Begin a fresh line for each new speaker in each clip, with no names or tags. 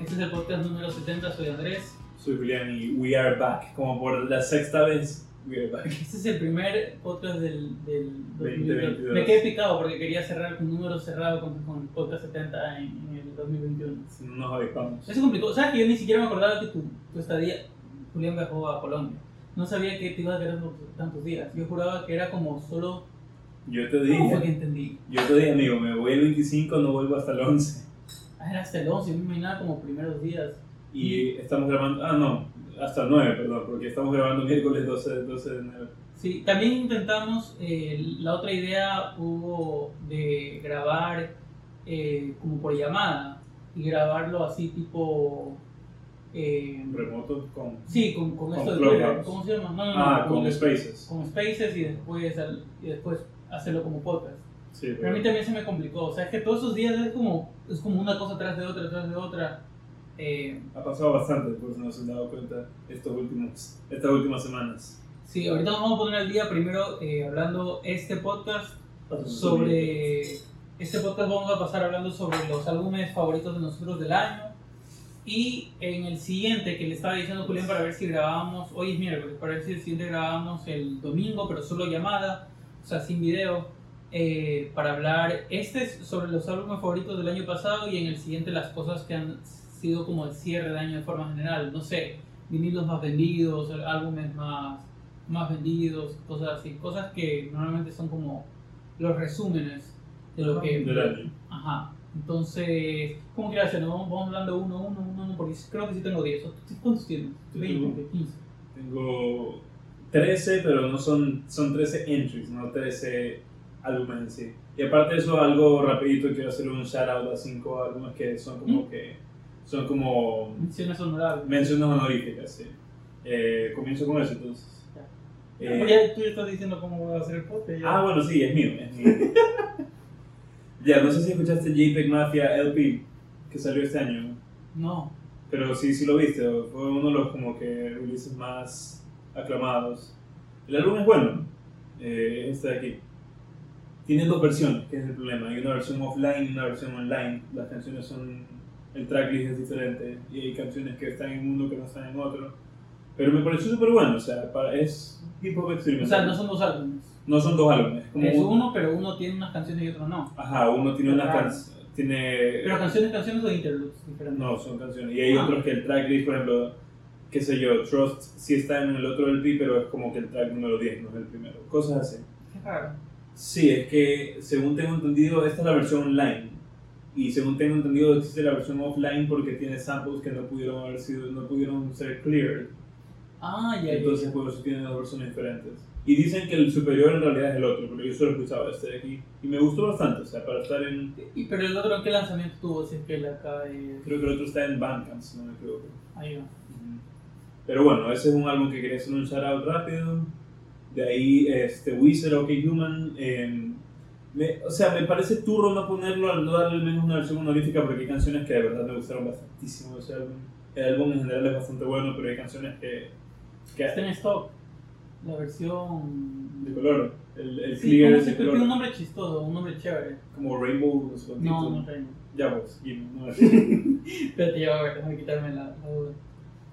Este es el podcast número 70, soy Andrés.
Soy Julián y we are back. Como por la sexta vez, we are back.
Este es el primer podcast del, del
2022.
Me quedé picado porque quería cerrar con un número cerrado con, con el podcast 70 en, en el 2021.
No nos avisamos.
Eso es complicado. ¿Sabes que yo ni siquiera me acordaba que tu, tu estadía, Julián viajó a Colombia? No sabía que te ibas a quedar por tantos días. Yo juraba que era como solo...
Yo te
¿Cómo fue que
dije,
entendí?
yo te dije, amigo, me voy el 25, no vuelvo hasta el 11.
Ah, era hasta el 11, yo me imaginaba como primeros días.
Y estamos grabando, ah, no, hasta el 9, perdón, porque estamos grabando miércoles 12, 12 de enero.
Sí, también intentamos, eh, la otra idea hubo de grabar eh, como por llamada y grabarlo así tipo... eh,
Remoto con.
sí, con, con,
Con
esto de
Clubhouse.
Twitter, ¿cómo se llama? No, no, no,
Ah, con
con,
Spaces.
con Spaces y después, al- y después hacerlo como podcast.
Sí,
Pero a mí
pero-
también se me complicó, o sea, es que todos esos días es como, es como una cosa tras de otra, tras de otra. Eh,
ha pasado bastante, por si no se han dado cuenta, estos últimos, estas últimas semanas.
sí, ahorita nos vamos a poner al día primero eh, hablando este podcast sobre este podcast vamos a pasar hablando sobre los álbumes favoritos de nosotros del año y en el siguiente que le estaba diciendo Julián para ver si grabábamos hoy es miércoles para ver si el siguiente grabábamos el domingo pero solo llamada o sea sin video eh, para hablar este es sobre los álbumes favoritos del año pasado y en el siguiente las cosas que han sido como el cierre del año de forma general no sé vinilos más vendidos álbumes más más vendidos cosas así cosas que normalmente son como los resúmenes de lo que
Del año.
Ajá. Entonces, ¿cómo quieres hacerlo? Vamos, vamos hablando uno, uno, uno, uno, porque creo que sí tengo 10. ¿Cuántos tienes?
Yo
20, 15.
Tengo 13, pero no son, son 13 entries, no 13 álbumes en sí. Y aparte de eso, algo rapidito, quiero hacer un shout out a 5 álbumes que son como que son como
Menciones honorables.
menciones honoríficas, sí. Eh, comienzo con eso entonces.
Ya.
Eh,
ya tú ya estás diciendo cómo voy a hacer el poste. ya.
ah, bueno, sí, es mío, es mío. ya, no sé si escuchaste JPEG Mafia LP que salió este año.
No.
Pero sí, sí lo viste, fue uno de los como que releases más aclamados. El álbum es bueno, eh, este de aquí. Tiene dos versiones, que es el problema. Hay una versión offline y una versión online. Las canciones son... El tracklist es diferente y hay canciones que están en uno que no están en otro. Pero me pareció súper bueno, o sea, para- es hip hop
O
experimental.
sea, no son dos álbumes.
No son dos álbumes, es como
Es
un-
uno, pero uno tiene unas canciones y otro no.
Ajá, uno tiene unas
Claro.
canciones... Tiene...
Pero canciones, canciones o interludes diferentes.
No, son canciones. Y hay
Ah.
otros que el tracklist, por ejemplo, qué sé yo, Trust sí está en el otro LP, pero es como que el track número 10 no es el primero. Cosas así.
Qué raro.
Sí, es que según tengo entendido, esta es la versión online. Y según tengo entendido, existe la versión offline porque tiene samples que no pudieron haber sido, no pudieron ser cleared.
Ah, ya, ya.
Entonces, por eso tienen dos versiones diferentes. Y dicen que el superior en realidad es el otro, pero yo solo escuchaba este de aquí. Y me gustó bastante, o sea, para estar en.
Y, pero el otro, ¿qué lanzamiento tuvo? Si es que la acaba de.
Creo que el otro está en Bandcamp, si no me equivoco.
Ahí va.
Pero bueno, ese es un álbum que quería hacer un shout out rápido. De ahí, este, Wizard, OK Human. eh, me- o sea, me parece turro no ponerlo, al- no darle al menos una versión honorífica porque hay canciones que de verdad me gustaron bastantísimo de ese álbum. El álbum en general es bastante bueno, pero hay canciones que. que
Está en stock. La versión.
de color. El, el
Sí,
clear
¿cómo
es
se
de
tiene un
color.
nombre chistoso, un nombre chévere.
Como Rainbow, no sé cuánto.
No, no tengo.
Ya pues, Gino, no es.
Espérate, ya voy a ver, déjame quitarme la, la duda.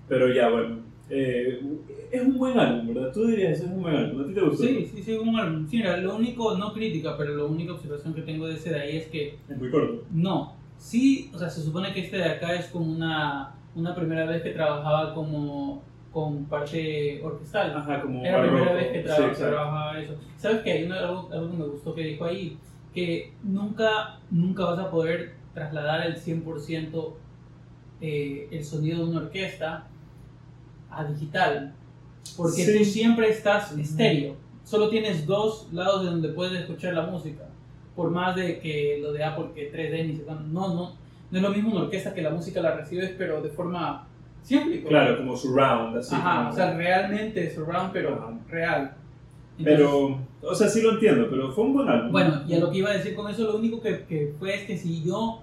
Pero ya, bueno. eh, es un buen álbum, ¿verdad? Tú dirías, es un buen álbum. ¿A ti te gustó?
Sí, sí, sí, es un álbum. Sí, mira, lo único, no crítica, pero la única observación que tengo de ese de ahí es que
Es muy corto.
no. Sí, o sea, se supone que este de acá es como una, una primera vez que trabajaba como con parte orquestal.
Ajá, como
Era la primera
barroco.
vez que
Sí,
traba-
exacto.
trabajaba eso. ¿Sabes qué? Hay una- algo, algo que me gustó que dijo ahí, que nunca, nunca vas a poder trasladar el 100% eh, el sonido de una orquesta a digital, porque
Sí.
tú siempre estás
Ujú.
estéreo, solo tienes dos lados de donde puedes escuchar la música, por más de que lo de Apple que 3D ni se no, no, no es lo mismo una orquesta que la música la recibes, pero de forma... siempre
Claro, como surround, así.
Ajá,
como-
o sea, realmente surround, pero real. Entonces,
pero, o sea, sí lo entiendo, pero fue un buen álbum.
Bueno, y a lo que iba a decir con eso, lo único que, que fue es que si yo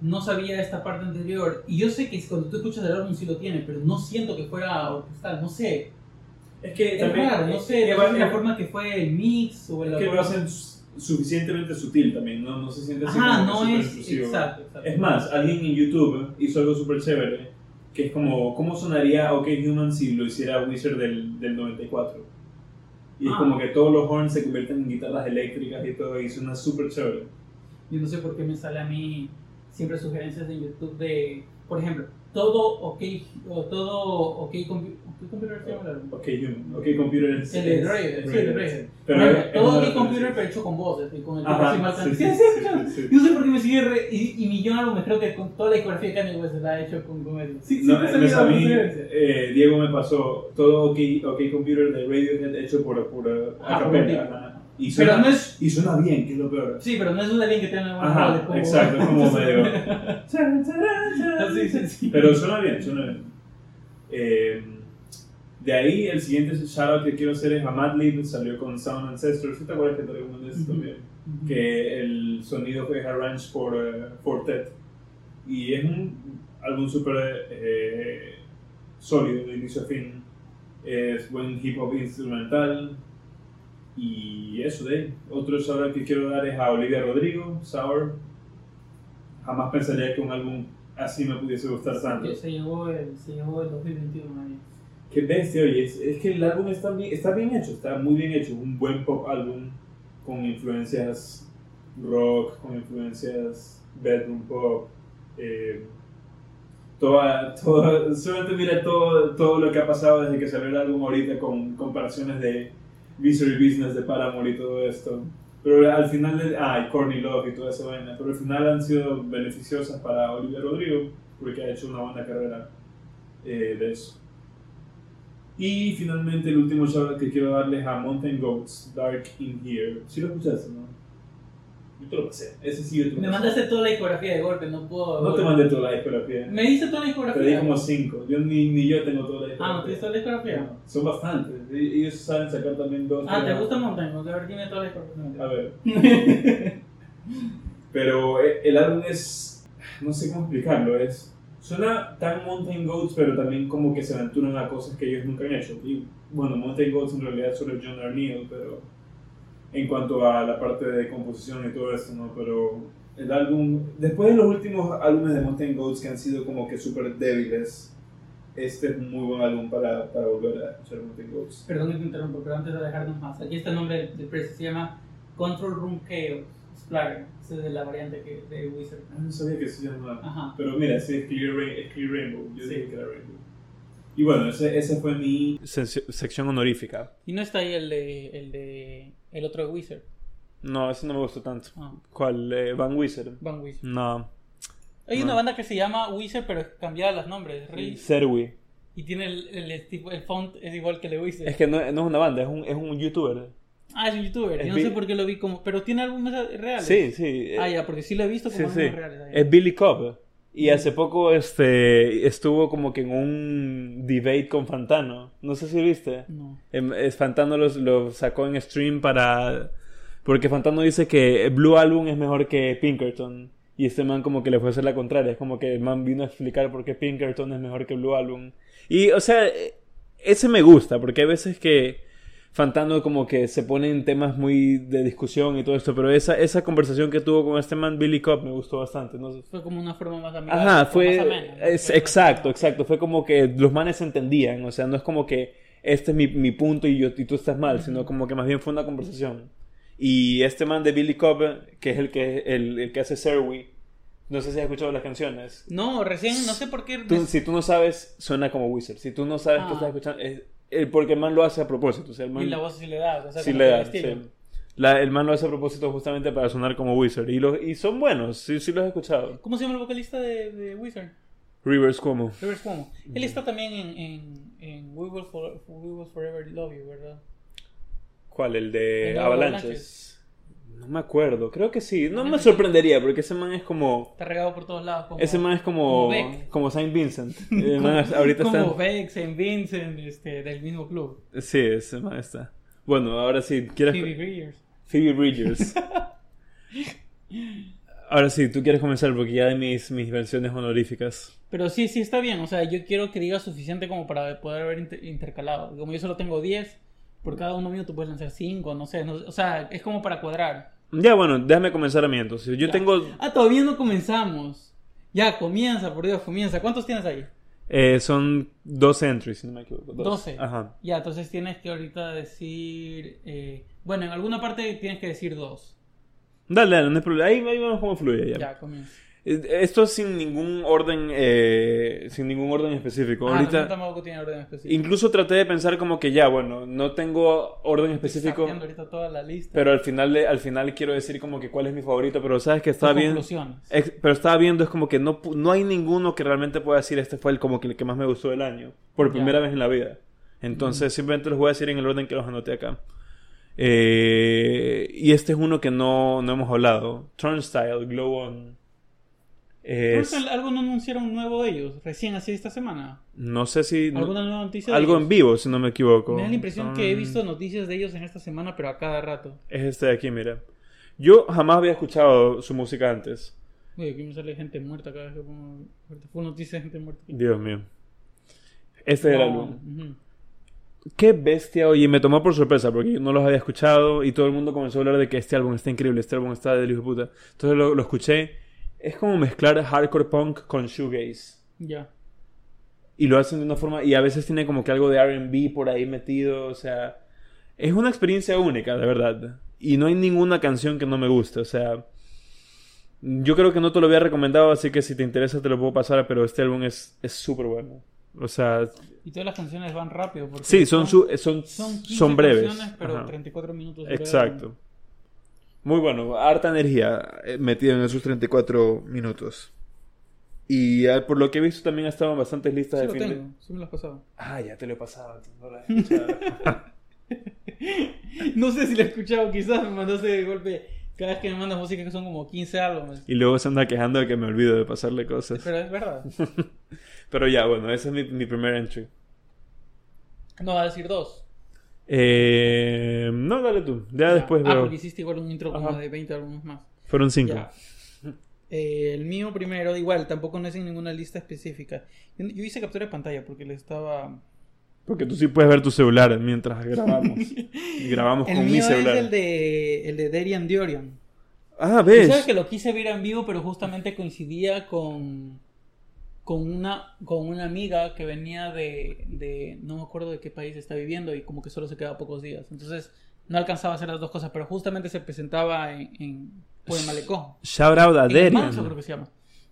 no sabía esta parte anterior, y yo sé que cuando tú escuchas el álbum sí lo tiene, pero no siento que fuera orquestal, no sé.
es que
Es
también.
raro, no sé,
es
es
que va-
la forma que fue el mix o
es
la
que lo
forma-
hacen suficientemente sutil también, no, no se siente así
Ajá, no
como que súper
es.
intrusivo.
Exacto, exacto.
Es más, alguien en YouTube hizo algo súper chévere, que es como, ¿cómo sonaría OK Human si lo hiciera Wizard del, del 94? Y es
Ah.
como que todos los horns se convierten en guitarras eléctricas y todo, y suena súper chévere.
Yo no sé por qué me sale a mí siempre sugerencias en YouTube de, por ejemplo, todo OK, o todo OK Compu- ¿qué Computer se llama el álbum?
OK Human, OK Computer es-
El de
es-
Raider, sí,
es
el de
Raider.
Raider.
Pero
Bueno,
es- es
todo
una
OK Computer
referencia.
pero hecho con voces y con el tipo
Ajá,
así mal
sí,
cantado.
sí,
Sí, sí,
sí,
escuchado.
sí, sí.
Yo no sé por qué me sigue re- y, y mi John a lo mejor que con toda la discografía de Kanye West la ha hecho con, con él. Sí,
No,
siempre
me-
salía
a
la
mí,
referencia.
eh, Diego me pasó todo OK, OK Computer de Radiohead hecho por, por eh, a
Ah, por un
capella.
tipo.
ajá. Y
Pero
suena,
no es,
y suena bien, que es lo peor.
sí, pero no es un alien que tenga una
Ajá,
voz como-
exacto, como medio.
Sí, sí, sí.
Pero suena bien, suena bien. Eh, de ahí, el siguiente shoutout que quiero hacer es a Madlib, salió con Sound Ancestors. ¿Sí ¿Te acuerdas que te recomendé eso
Ujú.
también? Que el sonido fue arranged por eh, Fortet. Y es un álbum súper eh, sólido de inicio a fin. Es buen hip hop instrumental. Y eso de ahí. Otro shoutout que quiero dar es a Olivia Rodrigo, Sour. Jamás pensaría que un álbum así me pudiese gustar tanto.
Que se llevó el, se llevó el 2021 ahí.
Qué bestia, oye, es, es que el álbum está bien, está bien hecho, está muy bien hecho, un buen pop álbum con influencias rock, con influencias bedroom pop, eh, toda, toda, solamente mira todo, todo lo que ha pasado desde que salió el álbum ahorita con comparaciones de Misery Business de Paramore y todo esto, pero al final, de, ah, y Corny Love y toda esa vaina, pero al final han sido beneficiosas para Olivia Rodrigo porque ha hecho una buena carrera eh, de eso. Y finalmente el último shout que quiero darles a Mountain Goats, Dark in Here. Si lo escuchaste, ¿no? Yo te lo pasé. Ese sí yo te lo
Me
pasé.
mandaste toda la discografía de golpe, no puedo.
No te mandé toda la discografía.
Me dice toda la
Te di
discografía.
como cinco. Yo ni, ni yo tengo toda la
Ah, ¿no
discografía.
tienes toda la discografía?
No, Son bastantes. E- Ellos saben sacar también dos.
Ah, ¿te
tres.
gusta Mountain Goat? A ver, dime toda la discografía.
A ver. Pero eh, el álbum es. No sé cómo explicarlo. Es. Suena tan Mountain Goats, pero también como que se aventuran a cosas que ellos nunca han hecho. Y bueno, Mountain Goats en realidad es sobre John Arneal, pero. En cuanto a la parte de composición y todo eso, ¿no? Pero el álbum. Después de los últimos álbumes de Mountain Goats que han sido como que súper débiles, este es un muy buen álbum para, para volver a escuchar Mountain Goats.
Perdón que te interrumpo, pero antes de dejarnos más. Aquí está el nombre del, del precio, se llama Control Room Chaos Splatter. Esa es de la variante que, de Wizard.
Ah, No sabía que se llamaba.
Ajá.
Pero mira, sí, es Clear, Rain- es Clear Rainbow. Yo
Sí.
dije que era Rainbow. Y bueno, ese- esa fue mi sección honorífica.
Y no está ahí el de. el de. el otro de Wizard.
No, ese no me gustó tanto.
Ah,
¿Cuál? Eh, ¿Van Wizard?
Van Wizard.
No.
Hay
Ah.
una banda que se llama Wizard, pero cambiada los nombres. Rey.
Serwi.
Y tiene el, el, el tipo- el font es igual que el de Wizard.
que no, no es una banda, es un, es un youtuber.
Ah, es un youtuber.
Es
Yo no
Bill-
sé por qué lo vi como. Pero tiene álbumes reales.
sí.
Ah, ya, Mm. porque sí lo he visto como
Sí, Eh,
álbumes
sí.
reales. ah, ya.
Es Billy Cobb. Y hace poco este, estuvo como que en un debate con Fantano. No sé si viste.
No.
Em, es- Fantano los- lo sacó en stream para... Porque Fantano dice que Blue Album es mejor que Pinkerton. Y este man como que le fue a hacer la contraria. Es como que el man vino a explicar por qué Pinkerton es mejor que Blue Album. Y, o sea, eh, ese me gusta. Porque hay veces que Fantano como que se pone en temas muy de discusión y todo esto. Pero esa, esa conversación que tuvo con este man, Billy Cobb, me gustó bastante. No sé.
Fue como una forma más amigable.
Ajá, fue.
más amena, ¿no?
es-
Fue-
exacto, exacto. Fue como que los manes se entendían. O sea, no es como que este es mi, mi punto y, yo, y tú estás mal, sino como que más bien fue una conversación. Y este man de Billy Cobb, que es el que, el, el que hace Serwi, no sé si has escuchado las canciones.
No, recién, no sé por qué.
Tú- si tú no sabes, suena como Wizard. Si tú no sabes
Ah.
que estás escuchando. es- el- porque el man lo hace a propósito. O sea, el man,
Y la voz sí le da. O sea,
sí
como
le
que
da,
el estilo.
sí. La- el man lo hace a propósito justamente para sonar como Wizard. Y, los, y son buenos, sí, sí los he escuchado.
¿Cómo se llama el vocalista de, de Wizard?
Rivers Cuomo.
Rivers Cuomo. Él está también en, en, en We, Will For- We Will Forever Love You, ¿verdad?
¿Cuál? ¿El
El
de
de
Avalanches? No me acuerdo, creo que sí. No
Ajá,
me
sí.
sorprendería porque ese man es como.
Está regado por todos lados. Como,
Ese man es
como
como.
Beck.
Como Saint Vincent. El man es- ahorita
como
está.
Vex, en Vincent, este, del mismo club.
Sí, ese man está. Bueno, ahora sí, ¿quieres.
Phoebe Bridgers.
Phoebe Bridgers. ahora sí, tú quieres comenzar porque ya de mis, mis versiones honoríficas.
Pero sí, sí está bien. O sea, yo quiero que diga suficiente como para poder haber inter- intercalado. Como yo solo tengo 10, por cada uno mío tú puedes lanzar 5, no sé. no- o sea, es como para cuadrar.
Ya, bueno, déjame comenzar a mí entonces. Yo
Ya.
tengo.
Ah, todavía no comenzamos. Ya, comienza, por Dios, comienza. ¿Cuántos tienes ahí?
eh, son 12 entries, si no me equivoco.
12.
Ajá.
Ya, entonces tienes que ahorita decir... eh, bueno, en alguna parte tienes que decir dos.
Dale, dale, no hay problema. Ahí, ahí vamos como fluye ya.
Ya, comienza.
Eh, Esto es sin ningún orden, eh, sin ningún orden específico.
Ah,
Ahorita,
también tampoco tiene orden específico.
incluso traté de pensar como que ya, bueno, no tengo orden específico,
Saqueando ahorita toda la lista.
pero al final, le- al final quiero decir como que cuál es mi favorito, pero sabes que
Tus
está bien.
conclusiones.
Ex- Pero estaba viendo, es como que no, pu- no hay ninguno que realmente pueda decir este fue el como que el que más me gustó del año. Por
Ya.
primera vez en la vida. Entonces simplemente los voy a decir en el orden que los anoté acá. Eh, y este es uno que no, no hemos hablado. Turnstile, Glow On.
Creo
Es-
que algo no anunciaron nuevo de ellos, recién así esta semana.
no sé si... no-
¿Alguna nueva noticia? de
algo
ellos?
en vivo, si no me equivoco.
Me da la impresión que he visto
Turn-
noticias de ellos en esta semana, pero a cada rato.
Es este de aquí, mira. Yo jamás había escuchado su música antes.
Uy, aquí me sale gente muerta cada vez que pongo. ahorita Fue noticia de gente muerta.
Dios mío. Este era el
No,
uno.
ujú.
Qué bestia, oye, me tomó por sorpresa porque yo no los había escuchado y todo el mundo comenzó a hablar de que este álbum está increíble, este álbum está de hijo de puta. Entonces lo, lo escuché. Es como mezclar hardcore punk con shoegaze.
Ya.
Y lo hacen de una forma, y a veces tiene como que algo de RB por ahí metido, o sea. Es una experiencia única, de verdad. Y no hay ninguna canción que no me guste, o sea. Yo creo que no te lo había recomendado, así que si te interesa te lo puedo pasar, pero este álbum es es súper bueno. O sea,
Y todas las canciones van rápido. Porque
sí, son, su- eh, son,
son, 15
son breves.
canciones, pero
Ajá.
34 minutos. dura.
Exacto.
Muy bueno, harta energía eh, metida en esos 34 minutos.
Y ah, por lo que he visto también ha estado en bastantes
Sí,
listas de
lo
fin de-
tengo, sí me lo has pasado.
Ah, ya te lo he pasado. tú no lo has escuchado.
No sé si lo he escuchado, quizás me mandaste de golpe. Cada vez que me mandas música que son como 15 álbumes.
y luego se anda quejando de que me olvido de pasarle cosas.
Pero es verdad.
Pero ya, bueno, ese es mi, mi primer entry.
No, va a decir dos.
Eh, no, dale tú. Ya, después
Ah,
veo.
porque hiciste igual un intro como
Ajá.
de 20 álbumes más.
Fueron cinco.
Ya. Eh, el mío primero, igual, tampoco no es en ninguna lista específica. Yo, yo hice captura de pantalla porque le estaba.
Porque tú sí puedes ver tu celular mientras grabamos. Y grabamos
El
con mi
mío es
celular.
el de, el de Darian Dorian.
Ah,
Y
¿ves?
sabes que lo quise ver en vivo, pero justamente coincidía con, con, una, con una amiga que venía de, de- No me acuerdo de qué país está viviendo y como que solo se quedaba pocos días. Entonces no alcanzaba a hacer las dos cosas, pero justamente se presentaba en, en Pueblo Malecón.
Shout out a
En el
Darian.
Manso, creo que se llama.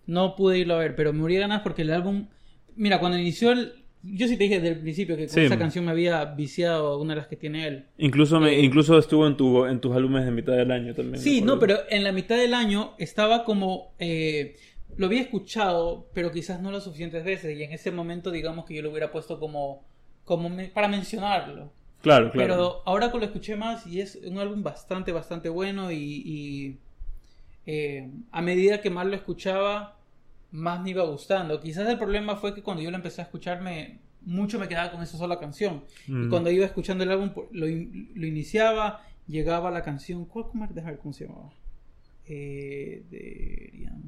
No pude irlo a ver, pero me morí de ganas porque el álbum. Mira, cuando inició el. Yo sí te dije desde el principio que con
Sí.
esa canción me había viciado una de las que tiene él.
Incluso, me, incluso estuvo en, tu, en tus álbumes de mitad del año también.
Eh, Sí,
me
no,
acuerdo.
pero en la mitad del año estaba como. eh, lo había escuchado, pero quizás no lo suficientes veces. Y en ese momento, digamos que yo lo hubiera puesto como. como me- para mencionarlo.
Claro, claro.
Pero ahora que lo escuché más y es un álbum bastante, bastante bueno y, y, eh, a medida que más lo escuchaba, más me iba gustando. Quizás el problema fue que cuando yo lo empecé a escucharme, mucho me quedaba con esa sola canción. Y
Mm.
cuando iba escuchando el álbum, por- lo, in- lo iniciaba, llegaba la canción, ¿cuál cómo era? Deja ver cómo se llamaba? Eh, Derian.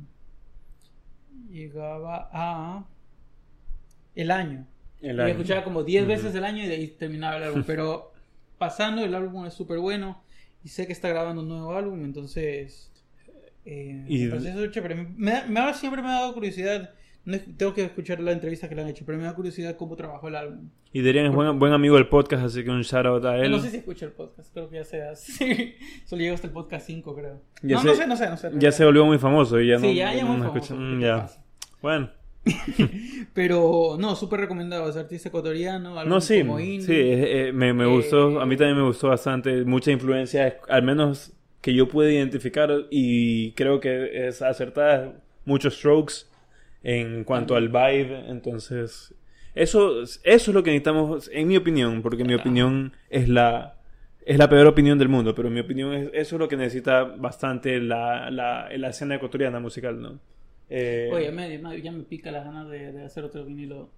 Llegaba a... El año.
El
Lo
año.
escuchaba como 10
Ujú.
veces el año y de ahí terminaba el álbum. Pero pasando, el álbum es súper bueno. Y sé que está grabando un nuevo álbum, entonces. Eh,
Y-
me parece eso chévere. Me da- me da- siempre me ha dado curiosidad. no es- tengo que escuchar la entrevista que le han hecho, pero me da curiosidad cómo trabajó el álbum.
Y Darian es buen, buen amigo del podcast, así que un shout out a él.
No sé si escucha el podcast, creo que ya sea. Sí, solo llegó hasta el podcast 5, creo.
Ya
no,
sé-
no sé, no sé, no sé.
Ya se volvió muy famoso y ya
Sí,
no,
ya, ya
no
muy
me
famoso,
escucha.
¿qué
Mm,
te
ya.
pasa?
Bueno,
Pero no, súper recomendado. Es artista ecuatoriano. álbum
no, sí.
como indie.
Sí, eh, eh, me, me
Eh,
gustó. A mí también me gustó bastante. Mucha influencia, es- al menos que yo pude identificar y creo que es acertada. Muchos strokes en cuanto al vibe. Entonces, eso, eso es lo que necesitamos, en mi opinión, porque mi opinión es la. Es la peor opinión del mundo, pero en mi opinión es, eso es lo que necesita bastante la, la, la escena ecuatoriana musical, ¿no? Eh,
Oye, me- me- ya me pica las ganas de, de hacer otro vinilo.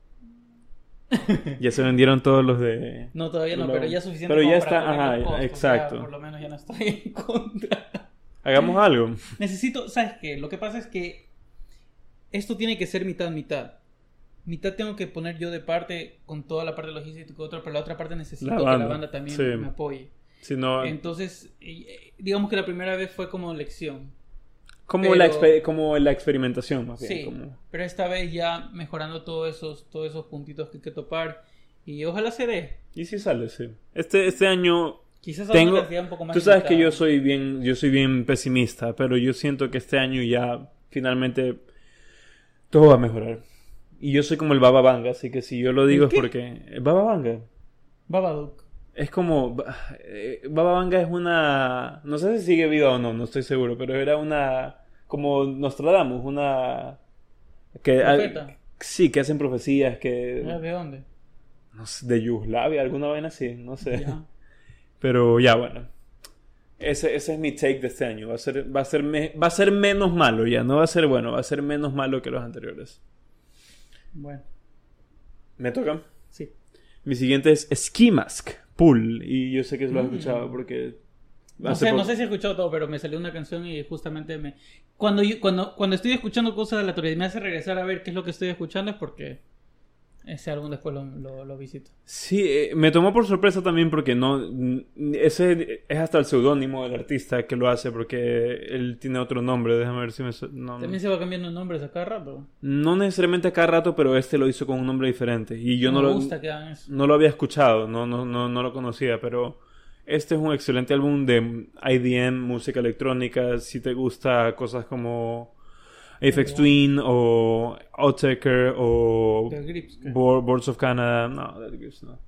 Ya se vendieron todos los de.
No, todavía no,
Lo-
pero ya es suficiente.
pero
como
ya
para
está,
cubrir
ajá,
los costos,
exacto.
ya por lo menos ya no estoy en contra. Mm.
Hagamos algo.
Necesito, ¿sabes qué? Lo que pasa es que esto tiene que ser mitad, mitad. Mitad tengo que poner yo de parte con toda la parte logística y otra, pero la otra parte necesito
La
que la
banda,
banda también
sí.
me apoye.
Si no,
Entonces, eh, digamos que la primera vez fue como lección.
como, la
pero-
exper- como la experimentación, más bien.
Sí,
como-
pero esta vez ya mejorando todos esos, todos esos puntitos que hay que topar. Y ojalá se dé.
Y si sale, sí. Este, este año
Quizás a
Tengo-
una cantidad un poco más
Tú sabes que
limitada.
yo soy bien, yo soy bien pesimista, pero yo siento que este año ya finalmente todo va a mejorar. Y yo soy como el Baba Vanga, así que si yo lo digo
¿El
es
qué?
porque eh, Baba Vanga
Babadook.
es como eh, Baba Vanga es una, no sé si sigue viva o no, no estoy seguro, pero era una como Nostradamus, una que ah,
Profeta.
sí, que hacen profecías que
¿De dónde?
no sé, de Yugoslavia, alguna vaina así, no sé.
Ya.
Pero ya, bueno. Ese, ese es mi take de este año. Va a, ser, va, a ser me- va a ser menos malo ya. No va a ser bueno. Va a ser menos malo que los anteriores.
Bueno,
¿Me toca?
sí.
Mi siguiente es Ski Mask Pool. Y yo sé que lo has
Mm.
escuchado porque...
No
hace
sé, no
poco-
sé si he escuchado todo, pero me salió una canción y justamente me... Cuando, yo, cuando, cuando estoy escuchando cosas aleatorias y me hace regresar a ver qué es lo que estoy escuchando es porque ese álbum después lo, lo, lo visito.
Sí, eh, me tomó por sorpresa también porque no... mm, Ese es hasta el seudónimo del artista que lo hace porque él tiene otro nombre. Déjame ver si me... su- No,
También se va cambiando nombres a cada rato.
no necesariamente a cada rato, pero este lo hizo con un nombre diferente. Y yo no,
me
lo...
gusta que hagan eso.
No lo había escuchado, no, no, no, no lo conocía, pero este es un excelente álbum de IDM, música electrónica. Si te gusta cosas como Apex
Ya.
Twin o Outtaker o
The Grips, que-
Bo- Boards of Canada, no, Dead Grips no.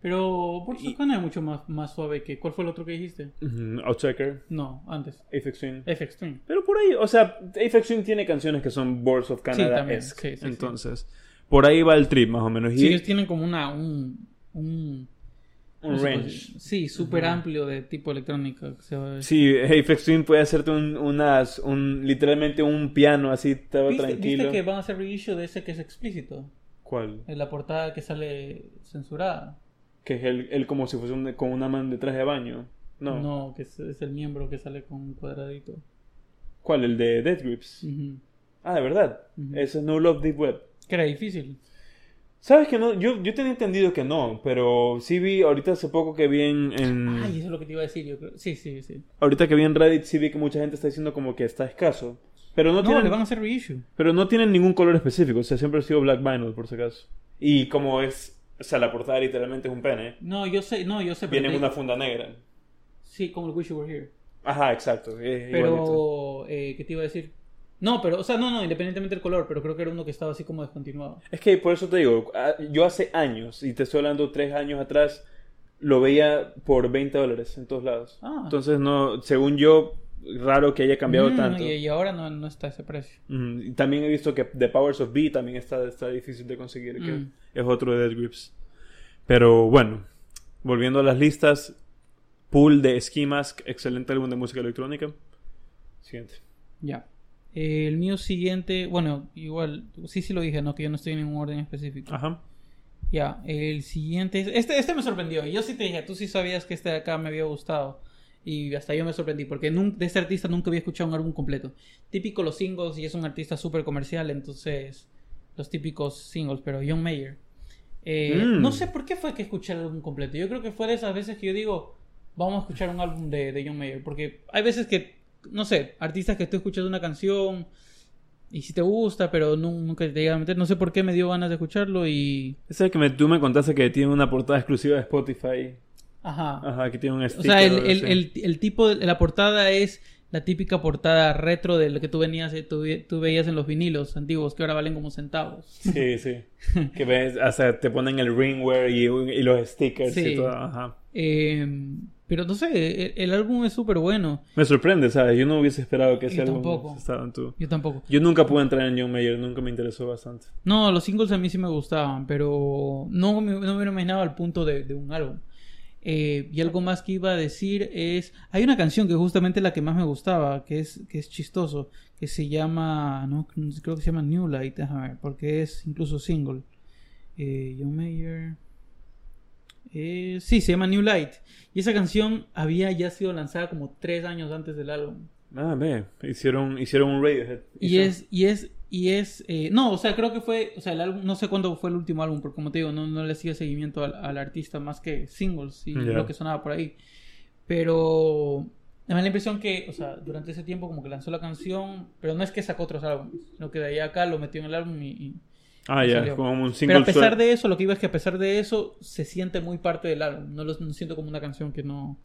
Pero por
Y-
su canal es mucho más, más suave que... ¿Cuál fue el otro que dijiste?
Ujú, Outtaker,
No, antes.
Apex Twin.
FX Twin.
Pero por ahí, o sea, Apex Twin tiene canciones que son Boards of Canada.
también, sí, sí, sí.
Entonces, por ahí va el trip más o menos. Y
Sí, ellos tienen como una... Un, un,
un
no sé,
range.
pues, Sí, súper amplio de tipo electrónica. que se va-
Sí, Apex Twin puede hacerte un, unas, un, literalmente un piano así, todo
¿Viste,
tranquilo.
¿Viste que van a hacer reissue de ese que es explícito?
¿Cuál?
En la portada que sale censurada.
Que es él, él como si fuese un- con una man de traje de baño. No.
que es, es el miembro que sale con un cuadradito.
¿Cuál? El de Dead Grips.
Ujú.
Ah, de verdad.
Ujú.
Ese es No Love Deep Web.
Que era difícil.
¿Sabes que no? Yo, yo tenía entendido que no, pero sí vi ahorita hace poco que vi en... en-
Ay, eso es lo que te iba a decir yo creo. Sí, sí, sí.
Ahorita que vi en Reddit sí vi que mucha gente está diciendo como que está escaso. Pero no,
No,
tienen,
le van a hacer reissue.
pero no tienen ningún color específico. O sea, siempre ha sido black vinyl, por si acaso. Y como es... O sea, la portada literalmente es un pene.
No, yo sé, no, yo sé. pero
Viene en
te-
una funda negra.
Sí, como el Wish You Were Here.
Ajá, exacto. es igualito.
Pero, eh, ¿qué te iba a decir? No, pero, o sea, no, no, independientemente del color, pero creo que era uno que estaba así como descontinuado.
Es que por eso te digo, a- yo hace años, y te estoy hablando tres años atrás, lo veía por 20 dólares en todos lados.
Ah.
Entonces, no, según yo, raro que haya cambiado
Mm,
tanto.
Y, y ahora no, no está ese precio.
Mm, y también he visto que The Powers of B también está, está difícil de conseguir, que
Mm.
es otro de Dead Grips. Pero bueno, volviendo a las listas, Pool de Ski Mask, excelente álbum de música electrónica. Siguiente.
Ya. Eh, el mío siguiente, bueno, igual, sí, sí lo dije, no, que yo no estoy en ningún orden específico.
Ajá.
Ya, el siguiente. es- Este, este me sorprendió. Yo sí te dije, tú sí sabías que este de acá me había gustado. Y hasta yo me sorprendí, porque nun- de este artista nunca había escuchado un álbum completo. Típico los singles, y es un artista súper comercial, entonces los típicos singles, pero John Mayer. Eh,
Mm.
No sé por qué fue que escuché el álbum completo. Yo creo que fue de esas veces que yo digo, vamos a escuchar un álbum de, de John Mayer, porque hay veces que, no sé, artistas que estoy escuchando una canción, y si te gusta, pero nu- nunca te llega a meter, no sé por qué me dio ganas de escucharlo y...
Ese es que me, tú me contaste que tiene una portada exclusiva de Spotify.
Ajá.
Ajá, que tiene un
O
sticker.
sea, el,
algo
el-
así.
el- el tipo, de, la portada es la típica portada retro de lo que tú venías, eh, tú, ve- tú veías en los vinilos antiguos, que ahora valen como centavos.
Sí, sí. Que ves, o sea, te ponen el ringwear y, y los stickers y
Sí.
todo. Ajá.
Eh, pero no sé, e, el, el álbum es súper bueno.
Me sorprende, ¿sabes? Yo no hubiese esperado que ese
Yo
álbum
tampoco.
estaba en tu...
Yo tampoco.
Yo nunca pude entrar en John Mayer, nunca me interesó bastante.
No, los singles a mí sí me gustaban, pero no me, no me hubiera imaginado al punto de, de un álbum. Eh, y algo más que iba a decir es, hay una canción que es justamente la que más me gustaba, que es, que es chistoso, que se llama, no, creo que se llama New Light, déjame ver, porque es incluso single. Eh, John Mayer. Eh, sí, se llama New Light. Y esa canción había ya sido lanzada como tres años antes del álbum.
Ah, ve, hicieron, hicieron un Radiohead.
Y es, y es, y es, eh, no, o sea, creo que fue, o sea, el álbum, no sé cuándo fue el último álbum, porque como te digo, no, no le sigue seguimiento al, al artista más que singles y
Ya.
lo que sonaba por ahí. Pero me da la impresión que, o sea, durante ese tiempo como que lanzó la canción, pero no es que sacó otros álbumes, sino que de ahí a acá lo metió en el álbum y... y-
Ah, ya,
salió.
como un
Pero
single
a pesar
suel-
de eso, lo que iba es que a pesar de eso, se siente muy parte del álbum. No lo no siento como una canción que no...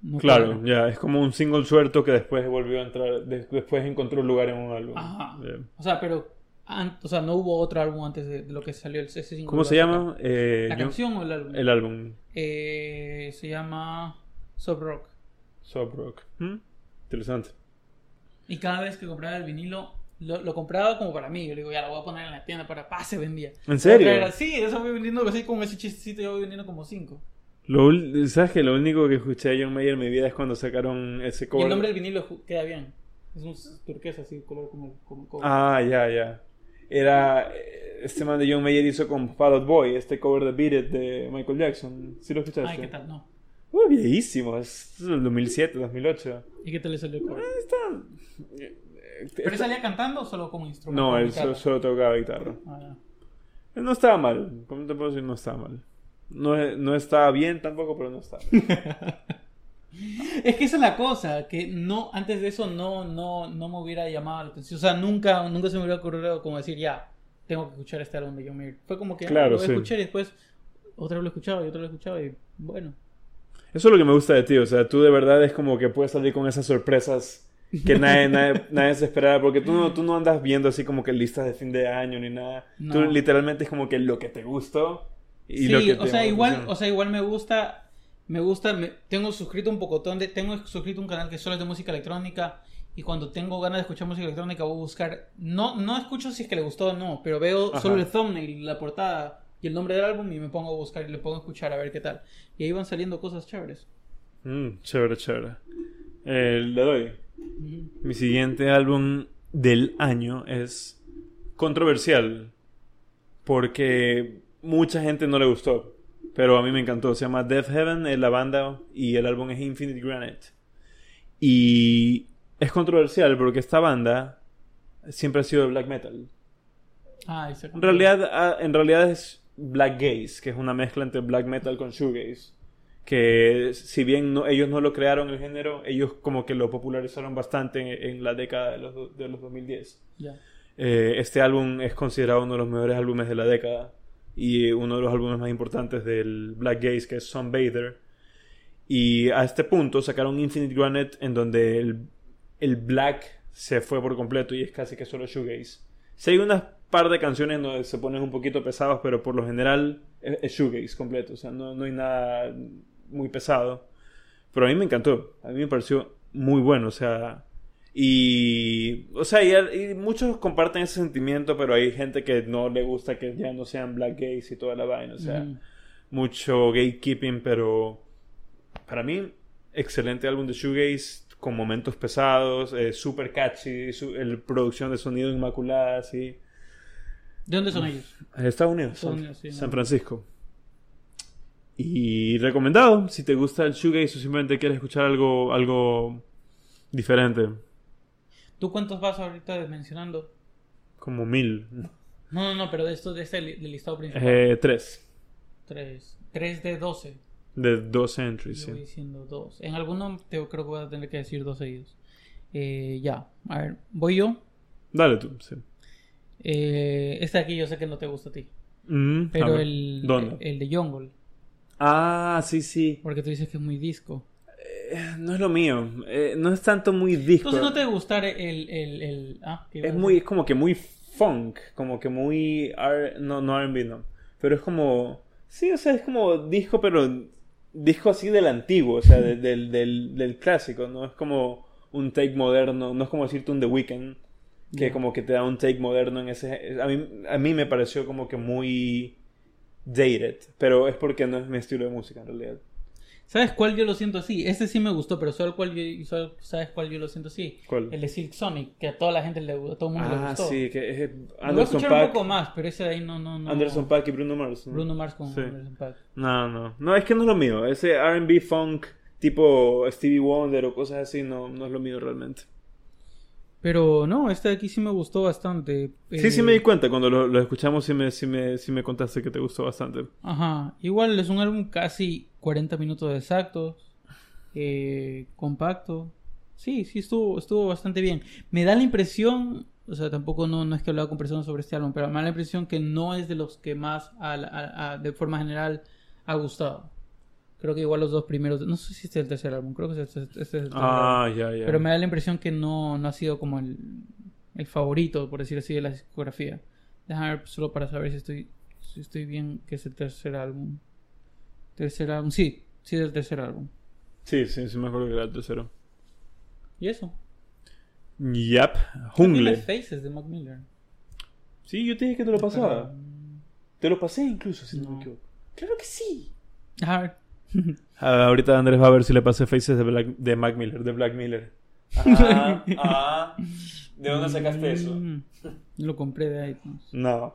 no
Claro,
cuadra.
ya, es como un single suelto que después volvió a entrar, de- después encontró un lugar en un álbum.
Ajá.
Ya.
O sea, pero... an- o sea, no hubo otro álbum antes de, de lo que salió el ese single
¿Cómo se
de acá.
llama? Eh,
¿La
yo-
canción o el álbum?
El álbum,
Eh, se llama Soft Rock.
Soft Rock. ¿Mm? Interesante.
Y cada vez que compraba el vinilo, lo, lo compraba como para mí. Yo le digo, ya lo voy a poner en la tienda para pa, se vendía.
¿En serio?
Pero era- sí, eso voy vendiendo así como ese chistecito, yo voy vendiendo como cinco.
Lo ul- ¿Sabes que Lo único que escuché de John Mayer en mi vida es cuando sacaron ese
Y
cover.
el nombre del vinilo ju- queda bien. Es un s- turquesa así, color como, como cobre.
Ah, ya, ya. Era. eh, Este man de John Mayer hizo con Fall Out Boy, este cover de Beat It de Michael Jackson. ¿Sí lo escuchaste?
Ay, ¿qué tal? No.
Uy, viejísimo, es del 2007, 2008.
¿Y qué tal le salió el cover?
Está. eh,
¿Pero él salía cantando o solo como instrumento?
No,
con
él
guitarra?
solo, solo tocaba guitarra.
Ah, ya.
Él No estaba mal, ¿cómo te puedo decir? No estaba mal. No, es- no estaba bien tampoco, pero no estaba mal.
Es que esa es la cosa, que no, antes de eso no, no, no me hubiera llamado la atención. O sea, nunca, nunca se me hubiera ocurrido como decir, ya, tengo que escuchar este álbum de John Mayer. Fue como que ah,
Claro,
lo voy
sí.
a escuchar y después otra vez lo escuchaba y otra vez lo escuchaba y bueno.
Eso es lo que me gusta de ti, o sea, tú de verdad es como que puedes salir con esas sorpresas que nadie, nadie, nadie se esperaba, porque tú no, tú no andas viendo así como que listas de fin de año ni nada.
No.
Tú literalmente es como que lo que te gustó y
sí,
lo que
o
te
sea,
llamó
igual,
atención.
o sea, igual me gusta, me gusta, me- tengo suscrito un pocotón de, tengo suscrito un canal que solo es de música electrónica y cuando tengo ganas de escuchar música electrónica voy a buscar, no, no escucho si es que le gustó o no, pero veo
Ajá.
solo el thumbnail, la portada y el nombre del álbum y me pongo a buscar y le pongo a escuchar a ver qué tal. Y ahí van saliendo cosas chéveres.
Mm, chévere, chévere. Eh, le doy.
Ujú.
Mi siguiente álbum del año es controversial porque mucha gente no le gustó, pero a mí me encantó. Se llama Death Heaven, es la banda y el álbum es Infinite Granite. Y es controversial porque esta banda siempre ha sido de black metal.
Ah, y se
En realidad, ah, en realidad es black gaze, que es una mezcla entre black metal con shoegaze. Que si bien no- ellos no lo crearon el género, ellos como que lo popularizaron bastante en, en la década de los, do- de los 2010.
Ya.
Eh, este álbum es considerado uno de los mejores álbumes de la década y uno de los álbumes más importantes del Black Gaze, que es Sunbather. Y a este punto sacaron Infinite Granite, en donde el, el black se fue por completo y es casi que solo shoegaze. Si hay unas par de canciones en donde se ponen un poquito pesados, pero por lo general es, es shoegaze completo, o sea, no, no hay nada muy pesado. Pero a mí me encantó, a mí me pareció muy bueno, o sea, y, o sea, y, al- y muchos comparten ese sentimiento, pero hay gente que no le gusta que ya no sean black gays y toda la vaina. O sea,
Ujú.
mucho gatekeeping, pero para mí, excelente álbum de shoegaze, con momentos pesados, eh, super catchy, su- el producción de sonido inmaculada, así.
¿De dónde son ellos?
Estados Unidos,
Estados
San,
Unidos, sí,
San
¿no?
Francisco. Y recomendado, si te gusta el shoegaze o simplemente quieres escuchar algo, algo diferente,
¿Tú cuántos vas ahorita mencionando?
como mil.
No, no, no, pero de esto, de este li- del listado principal.
Eh, tres.
Tres. Tres de doce.
De dos
Yo
entries,
voy
sí.
diciendo dos. En alguno te, creo que voy a tener que decir dos seguidos. Eh, ya, a ver, voy yo.
Dale tú, sí.
Eh, este de aquí yo sé que no te gusta a ti.
Mm, a
Pero
ver.
el, eh,
¿Dónde?
el de Jungle.
Ah, sí, sí.
Porque tú dices que es muy disco.
Eh, no es lo mío. Eh, no es tanto muy disco.
Entonces no te gustar el... el, el- ah, ¿qué iba a
es,
decir?
muy, es como que muy funk. Como que muy... R- No, no R&B, no. Pero es como... Sí, o sea, es como disco, pero... Disco así del antiguo, o sea, de- del, del, del clásico, ¿no? Es como un take moderno. No es como decirte un The Weeknd. que
Ya.
como que te da un take moderno en ese... A mí, a mí me pareció como que muy dated, pero es porque no es mi estilo de música en realidad.
¿Sabes cuál yo lo siento así? Este sí me gustó, pero ¿sabes cuál yo, solo- ¿sabes cuál yo lo siento así?
¿Cuál?
El de Silk Sonic, que a toda la gente le a todo el mundo le
ah,
gustó.
sí, que es
Lo voy a
Anderson
escuchar un
Paak.
poco más, pero ese de ahí no, no, no.
Anderson Paak y Bruno Mars. ¿no?
Bruno Mars con
Sí.
Anderson Paak.
No, no. No, es que no es lo mío. Ese R&B funk tipo Stevie Wonder o cosas así no, no es lo mío realmente.
Pero no, este de aquí sí me gustó bastante.
Sí,
Eh,
sí me di cuenta cuando lo, lo escuchamos sí me, sí, me, sí me contaste que te gustó bastante.
Ajá, igual es un álbum casi 40 minutos exactos. eh, compacto. Sí, sí, estuvo, estuvo bastante bien. Me da la impresión, o sea, tampoco no, no es que he hablado con personas sobre este álbum, pero me da la impresión que no es de los que más, a la- a- a- de forma general, ha gustado. Creo que igual los dos primeros, no sé si este es el tercer álbum, creo que este, este es el tercer álbum.
Ah, ya, ya.
Pero me da la impresión que no, no ha sido como el, el favorito, por decir así, de la discografía. Déjame ver solo para saber si estoy, si estoy bien, que es el tercer álbum. Tercer álbum, sí, sí es el tercer álbum.
Sí, sí, sí me acuerdo que era el tercero.
¿Y eso?
Yap,
Happy
Jungle.
Faces de Mac Miller.
Sí, yo te dije que te lo pasaba.
Perdón.
Te lo pasé incluso, si no me
No.
equivoco. Claro que sí.
Déjame ver.
ahorita Andrés va a ver si le pasé Faces de, Black, de Mac Miller, de Black Miller. Ah, ah. ¿De dónde sacaste eso?
Mm, Lo compré de pues. iTunes.
No.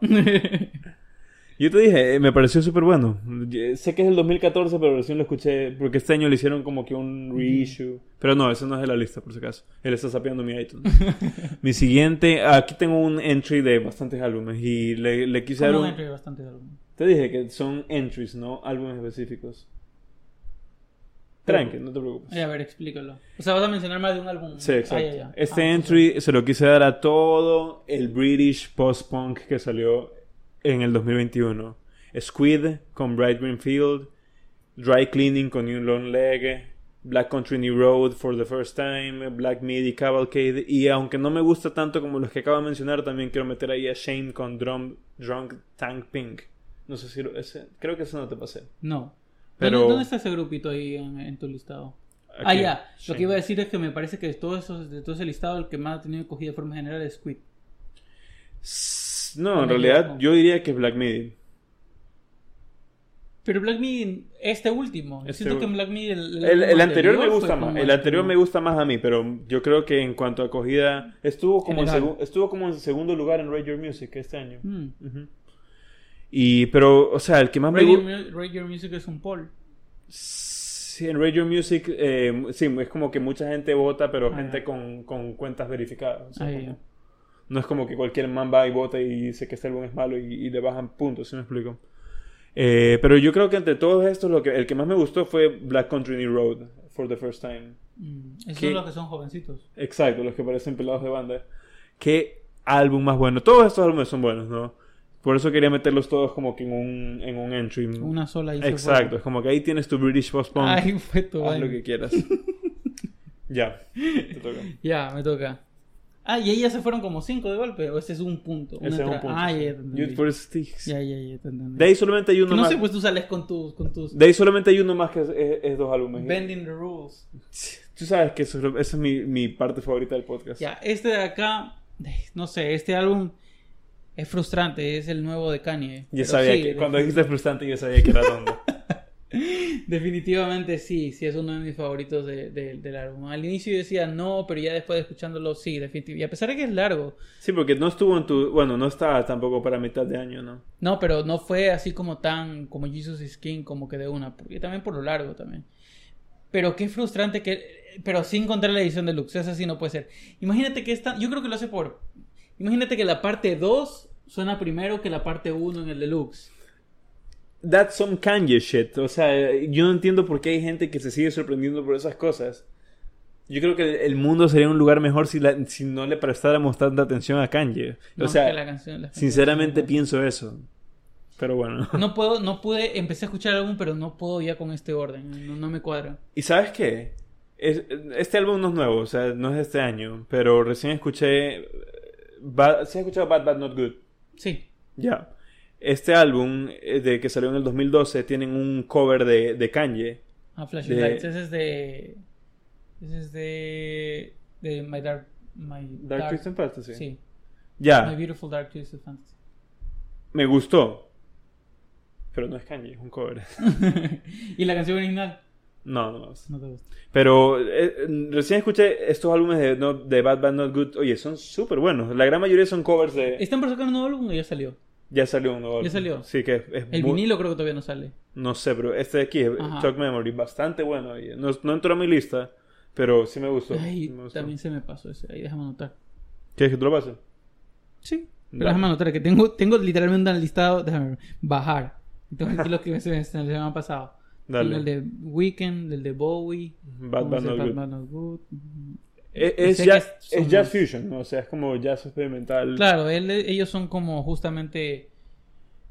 Yo te dije, eh, me pareció súper bueno. Ye- Sé que es el 2014, pero recién lo escuché porque este año le hicieron como que un reissue. Pero no, ese no es de la lista, por si acaso. Él está sapeando mi iTunes. mi siguiente, aquí tengo un entry de bastantes álbumes y le, le quise dar
Como
un-
entre bastantes álbumes.
Te dije que son entries, no álbumes específicos. Tranqui, no te preocupes.
Ay, a ver, explícalo. O sea, vas a mencionar más de un álbum.
Sí, exacto.
Ah, ya, ya.
Este
Ah,
entry se lo quise dar a todo el British post-punk que salió en el 2021. Squid con Bright Greenfield, Dry Cleaning con New Long Leg, Black Country New Road for the First Time, Black Midi Cavalcade. Y aunque no me gusta tanto como los que acabo de mencionar, también quiero meter ahí a Shane con Drum, Drunk Tank Pink. No sé si lo- ese, creo que ese no te pasé.
No.
Pero-
¿Dónde, dónde está ese grupito ahí en, en tu listado? Ah,
Aquí,
ya. Lo
Shane.
que iba a decir es que me parece que de todo, esos- de todo ese listado, el que más ha tenido cogida de forma general es Squid.
S- No, en
Black
realidad
Midi.
yo diría que es Black Midi.
Pero Black Midi, este último.
Este
siento
ul-
que en Black Midi. El,
El, el anterior me
fue
gusta más,
como
el anterior me gusta más a mí, pero yo creo que en cuanto a acogida estuvo como en,
General.
segu- estuvo como en segundo lugar en Radio Music este año.
Mm.
Ujú. Y pero o sea, el que más me
Radio,
gusta
Mu- Radio Music es un poll.
sí, en Radio Music eh, sí, es como que mucha gente vota, pero
Ah,
gente
ya.
con, con cuentas verificadas, o sea,
Ah, ya,
como-
ya.
no es como que cualquier man va y vota y dice que este álbum es malo y, y le bajan puntos, ¿sí me explico? Eh, pero yo creo que entre todos estos lo que, el que más me gustó fue Black Country New Road for the first time.
Mm, Esos
¿Qué?
son los que son jovencitos.
Exacto, los que parecen pelados de banda. Qué álbum más bueno. Todos estos álbumes son buenos, ¿no? Por eso quería meterlos todos como que en un, en un entry.
Una sola hizo
Exacto,
fuego.
es como que ahí tienes tu British Post Punk.
Ay, fue tu
Haz
vaina.
lo que quieras. ya, te toca.
Ya, me toca. Ah, y ahí ya se fueron como cinco de golpe. O ese es un punto. una
Ese es un
tra-
punto.
Ah,
sí.
ya, ya, te entendí.
Youth for Sticks.
ya, ya, ya, te entendí.
De ahí solamente hay uno
Que no
más.
sé, pues tú sales con tus, con tus
De ahí solamente hay uno más que es, es- es dos álbumes.
Bending the Rules.
Tú sabes que eso es lo- esa es mi, mi parte favorita del podcast.
Ya, este de acá, eh, no sé, este álbum es frustrante, es el nuevo de Kanye.
Yo
Pero
sabía
sí,
que
de-
cuando dijiste frustrante yo sabía que era donde.
Definitivamente sí, sí es uno de mis favoritos de- de- del álbum. Al inicio yo decía no, pero ya después de escuchándolo sí, definitivamente. Y a pesar de que es largo,
Sí, porque no estuvo en tu... Bueno, no estaba tampoco para mitad de año, ¿no?
No, pero no fue así como tan, como Jesus is King, como que de una, porque también por lo largo también. Pero qué frustrante que, pero sí encontré la edición deluxe, esa sí no puede ser. Imagínate que esta, yo creo que lo hace por, imagínate que la parte 2 suena primero que la parte 1 en el deluxe.
That's some Kanye shit. O sea, yo no entiendo por qué hay gente que se sigue sorprendiendo por esas cosas. Yo creo que el- el mundo sería un lugar mejor si, la- si no le prestáramos tanta atención a Kanye.
No,
o sea,
que la canción- la-
sinceramente pienso eso. Pero bueno.
No puedo, no pude, empecé a escuchar el álbum, pero no puedo ya con este orden, no, no me cuadra.
¿Y sabes qué? Es- este álbum no es nuevo, o sea, no es de este año, pero recién escuché... Bad, ¿Sí has escuchado Bad Bad Not Good?
Sí,
Ya. Este álbum eh, de que salió en el 2012 tienen un cover de, de Kanye.
a
De-
Flashing Lights, ese es de, ese es de, de My Dark, My
Dark, Twisted Fantasy.
sí.
Ya.
My Beautiful Dark Twisted Fantasy.
Me gustó. Pero no es Kanye, es un cover.
y la canción original
No, no. es-
no te gusta.
Pero eh, eh, recién escuché estos álbumes de, no- de Bad Bad Not Good. Oye, son súper buenos. La gran mayoría son covers de...
Están por sacar un nuevo álbum o ya salió.
Ya salió un nuevo álbum.
salió?
Sí, que es, es
El
muy-
vinilo creo que todavía no sale.
No sé, pero este de aquí, es
Ajá.
Talk Memory, bastante bueno. oye. No, no entró a mi lista, pero sí me gustó.
Ay,
me gustó.
también se me pasó ese. Ahí déjame anotar.
¿Quieres que te lo pase?
Sí. Pero
Dale.
déjame anotar que tengo, tengo literalmente un listado. Déjame ver. Bajar. Y Tengo aquí los que se me, se me han pasado.
Dale.
el de Weekend, el de Bowie,
Bad
como
Bad
es el
Not Good.
Bad Bad Not Good.
Es, E, es
Sé que
jazz,
son
es jazz
más-
fusion, ¿no? o sea, es como jazz experimental.
Claro, él- ellos son como justamente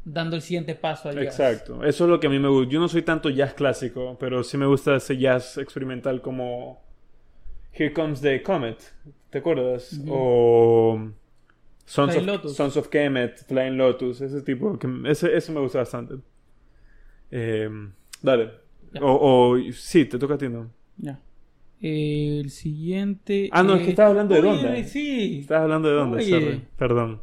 dando el siguiente paso al jazz.
Exacto. Eso es lo que a mí me gusta. Yo no soy tanto jazz clásico, pero sí me gusta ese jazz experimental como Here Comes the Comet, ¿te acuerdas?
Ujú.
O Sons
Flying
of,
Lotus.
Sons of Kemet, Flying Lotus, ese tipo. Que, ese, ese me gusta bastante. Eh, dale.
Ya.
O, o- sí, te toca a ti, ¿no?
Ya. El siguiente.
Ah, no, es que estabas hablando de
oye,
Donda.
Sí.
Estás hablando de dónde,
Oye.
sorry. Perdón.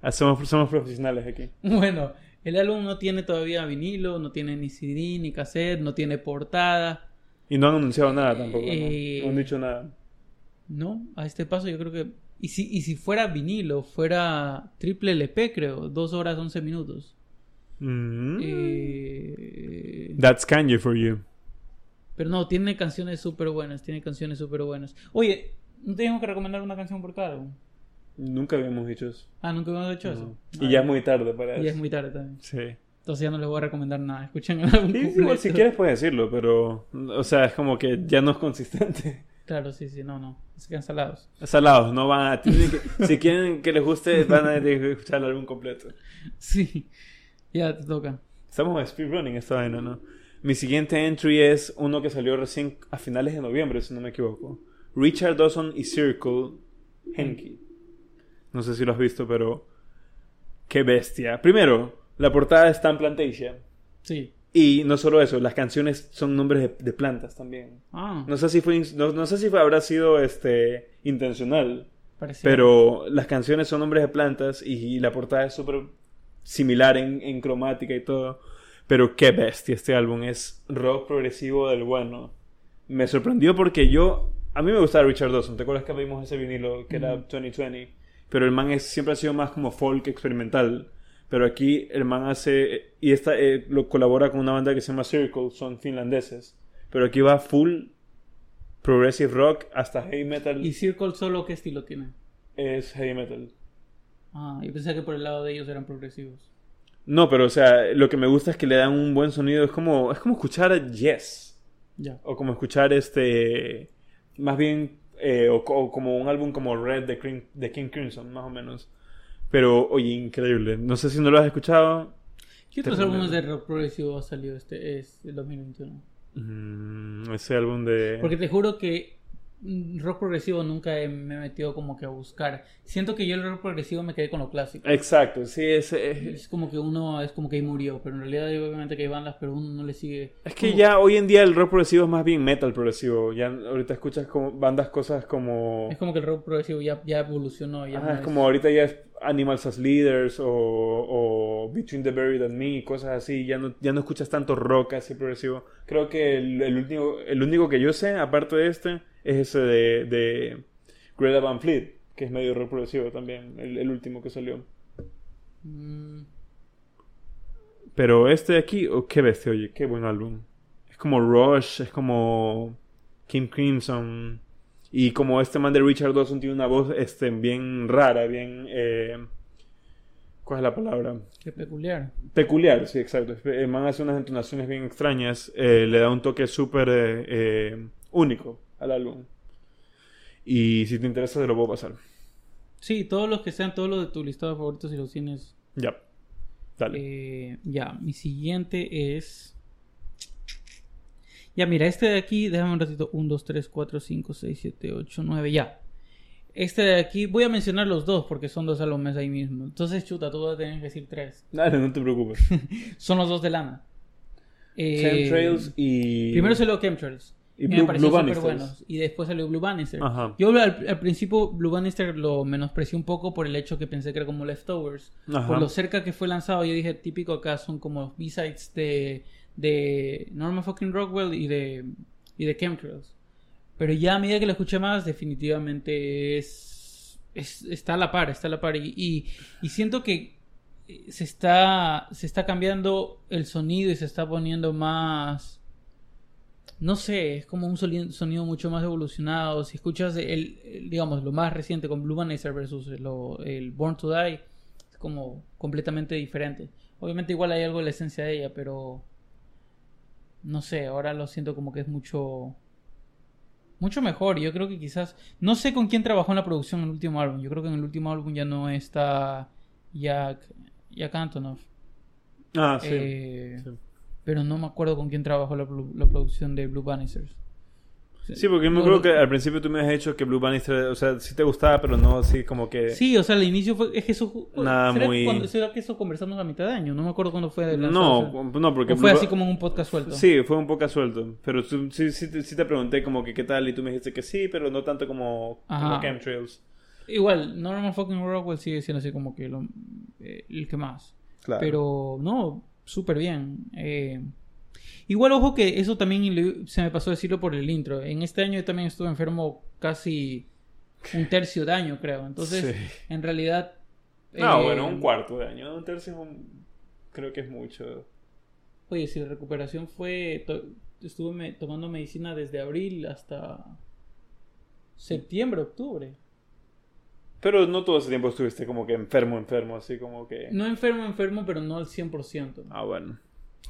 Hacemos, somos profesionales aquí.
Bueno, el álbum no tiene todavía vinilo, no tiene ni CD, ni cassette, no tiene portada.
Y no han anunciado nada tampoco. ¿no?
Eh,
no han dicho nada.
No, a este paso yo creo que. Y si, y si fuera vinilo, fuera triple LP, creo, dos horas 11 minutos.
Mm.
Eh,
That's Kanye for you.
Pero no, tiene canciones súper buenas, tiene canciones súper buenas. Oye, ¿no tenemos que recomendar una canción por cada álbum?
Nunca habíamos dicho eso.
Ah, nunca hemos hecho eso.
No. Y ya es muy tarde para
Y
eso.
es muy tarde también.
Sí.
Entonces ya no les voy a recomendar nada. Escuchen el álbum.
Sí,
completo.
igual si quieres puedes decirlo, pero. O sea, es como que ya no es consistente.
Claro, sí, sí, no, no. Se quedan salados.
Salados, no van a. tienen que- si quieren que les guste, van a tener que escuchar el álbum completo.
Sí. Ya te toca.
Estamos speedrunning esta vaina, ¿no? Mi siguiente entry es uno que salió recién a finales de noviembre, si no me equivoco. Richard Dawson y Circle Henke. No sé si lo has visto, pero. Qué bestia. Primero, la portada está en Plantasia.
Sí.
Y no solo eso, las canciones son nombres de, de plantas también.
Ah,
No sé si fue, ins- no, no sé si fue- habrá sido este intencional,
parecía.
pero las canciones son nombres de plantas y, la portada es súper similar en, en cromática y todo. Pero qué bestia este álbum, es rock progresivo del bueno. Me sorprendió porque yo, a mí me gustaba Richard Dawson, ¿te acuerdas que vimos ese vinilo que era
Ujú.
2020? Pero el man es, siempre ha sido más como folk experimental. Pero aquí el man hace, y esta eh, lo colabora con una banda que se llama Circle, son finlandeses. Pero aquí va full progressive rock hasta heavy metal.
¿Y Circle solo qué estilo tiene?
Es heavy metal.
Ah, yo pensé que por el lado de ellos eran progresivos.
No, pero o sea, lo que me gusta es que le dan un buen sonido. Es como, es como escuchar Yes.
Ya.
O como escuchar este. Más bien. eh, o, co- o como un álbum como Red de, Crim- de King Crimson, más o menos. Pero, oye, increíble. No sé si no lo has escuchado.
¿Qué otros
Te recomiendo.
álbumes de rock progresivo ha salido este es el 2021?
Mm, ese álbum de.
Porque te juro que mm, rock progresivo nunca he- me he metido como que a buscar. Siento que yo el rock progresivo me quedé con lo clásico.
Exacto, sí, ese. eh, es-
Es como que uno, es como que ahí murió, pero en realidad hay obviamente que hay bandas, pero uno no le sigue.
Es que
como-
ya hoy en día el rock progresivo es más bien metal progresivo. Ya ahorita escuchas como bandas cosas como.
Es como que el rock progresivo ya, ya evolucionó. Ya no
Ajá, Ah, es como ahorita ya es Animals as Leaders o, o Between the Buried and Me, cosas así. Ya no, ya no escuchas tanto rock así progresivo. Creo que el, el único, el único que yo sé, aparte de este, es ese de, de Greta Van Fleet, que es medio rock progresivo también, el, el último que salió.
Mm,
Pero este de aquí, oh, qué bestia, oye, qué buen álbum. Es como Rush, es como Kim Crimson. Y como este man de Richard Dawson tiene una voz este, bien rara, bien... eh, ¿Cuál es la palabra?
qué peculiar.
Peculiar, sí, exacto. El man hace unas entonaciones bien extrañas, eh, le da un toque súper eh, eh, único al álbum. Y si te interesa, te lo puedo pasar.
Sí, todos los que sean, todos los de tu listado de favoritos y los tienes.
Ya. Dale.
Eh, ya, mi siguiente es. Ya, mira, este de aquí, déjame un ratito. 1, 2, 3, 4, 5, 6, 7, 8, 9, ya. Este de aquí, voy a mencionar los dos porque son dos álbumes ahí mismo. Entonces, chuta, tú vas a tener que decir tres.
Dale, no te preocupes.
Son los dos de Lana. Eh,
Chemtrails y...
Primero salió Chemtrails.
y
que
Blue-
me pareció
Blue
súper
Bannisters.
bueno. Y después salió Blue Bannister.
Ajá.
Yo al, al principio Blue Bannister lo menosprecié un poco por el hecho que pensé que era como Leftovers.
Ajá.
Por lo cerca que fue lanzado, yo dije, típico acá son como los B-sides de, de Norman fucking Rockwell y de, y de Chemtrails. Pero ya a medida que lo escuché más, definitivamente es, es- está a la par, está a la par. Y, y- y siento que eh, se está, se está cambiando el sonido y se está poniendo más... No sé, es como un soli- sonido mucho más evolucionado. Si escuchas el, el, digamos, lo más reciente con Blue Vanizer versus lo- el Born to Die, es como completamente diferente. Obviamente igual hay algo de la esencia de ella, pero no sé, ahora lo siento como que es mucho mucho mejor. Yo creo que quizás no sé con quién trabajó en la producción en el último álbum. Yo creo que en el último álbum ya no está Jack Jack Antonoff.
Ah, sí.
Eh,
sí.
Pero no me acuerdo con quién trabajó la, plu- la producción de Blue Bannisters.
Sí, porque yo me
no-
acuerdo que al principio tú me has dicho que Blue Bannister, o sea, sí te gustaba, pero no así como que...
Sí, o sea, al inicio fue. Es que eso.
Nada
¿será que
muy-
cuando- ¿Será que eso conversamos a mitad de año? No me acuerdo cuándo fue. lanzado, o sea,
no, no, porque...
o fue
Blue
así
Ba-
como en un podcast suelto.
Sí, fue un poco suelto. Pero tú- sí, sí, te- sí te pregunté como que qué tal y tú me dijiste que sí, pero no tanto como, como
Ajá.
chemtrails.
Igual, Norman fucking Rockwell sigue siendo así como que lo- eh, el que más.
Claro.
Pero no, súper bien. Eh, igual, ojo que eso también le- se me pasó decirlo por el intro. En este año yo también estuve enfermo casi un tercio de año, creo. Entonces,
Sí.
en realidad.
No,
eh,
bueno, un cuarto de año, un tercio es un- creo que es mucho.
Oye, si la recuperación fue. to- estuve me- tomando medicina desde abril hasta septiembre, octubre.
Pero no todo ese tiempo estuviste como que enfermo, enfermo, así como que...
No enfermo, enfermo, pero no al 100%.
Ah, bueno.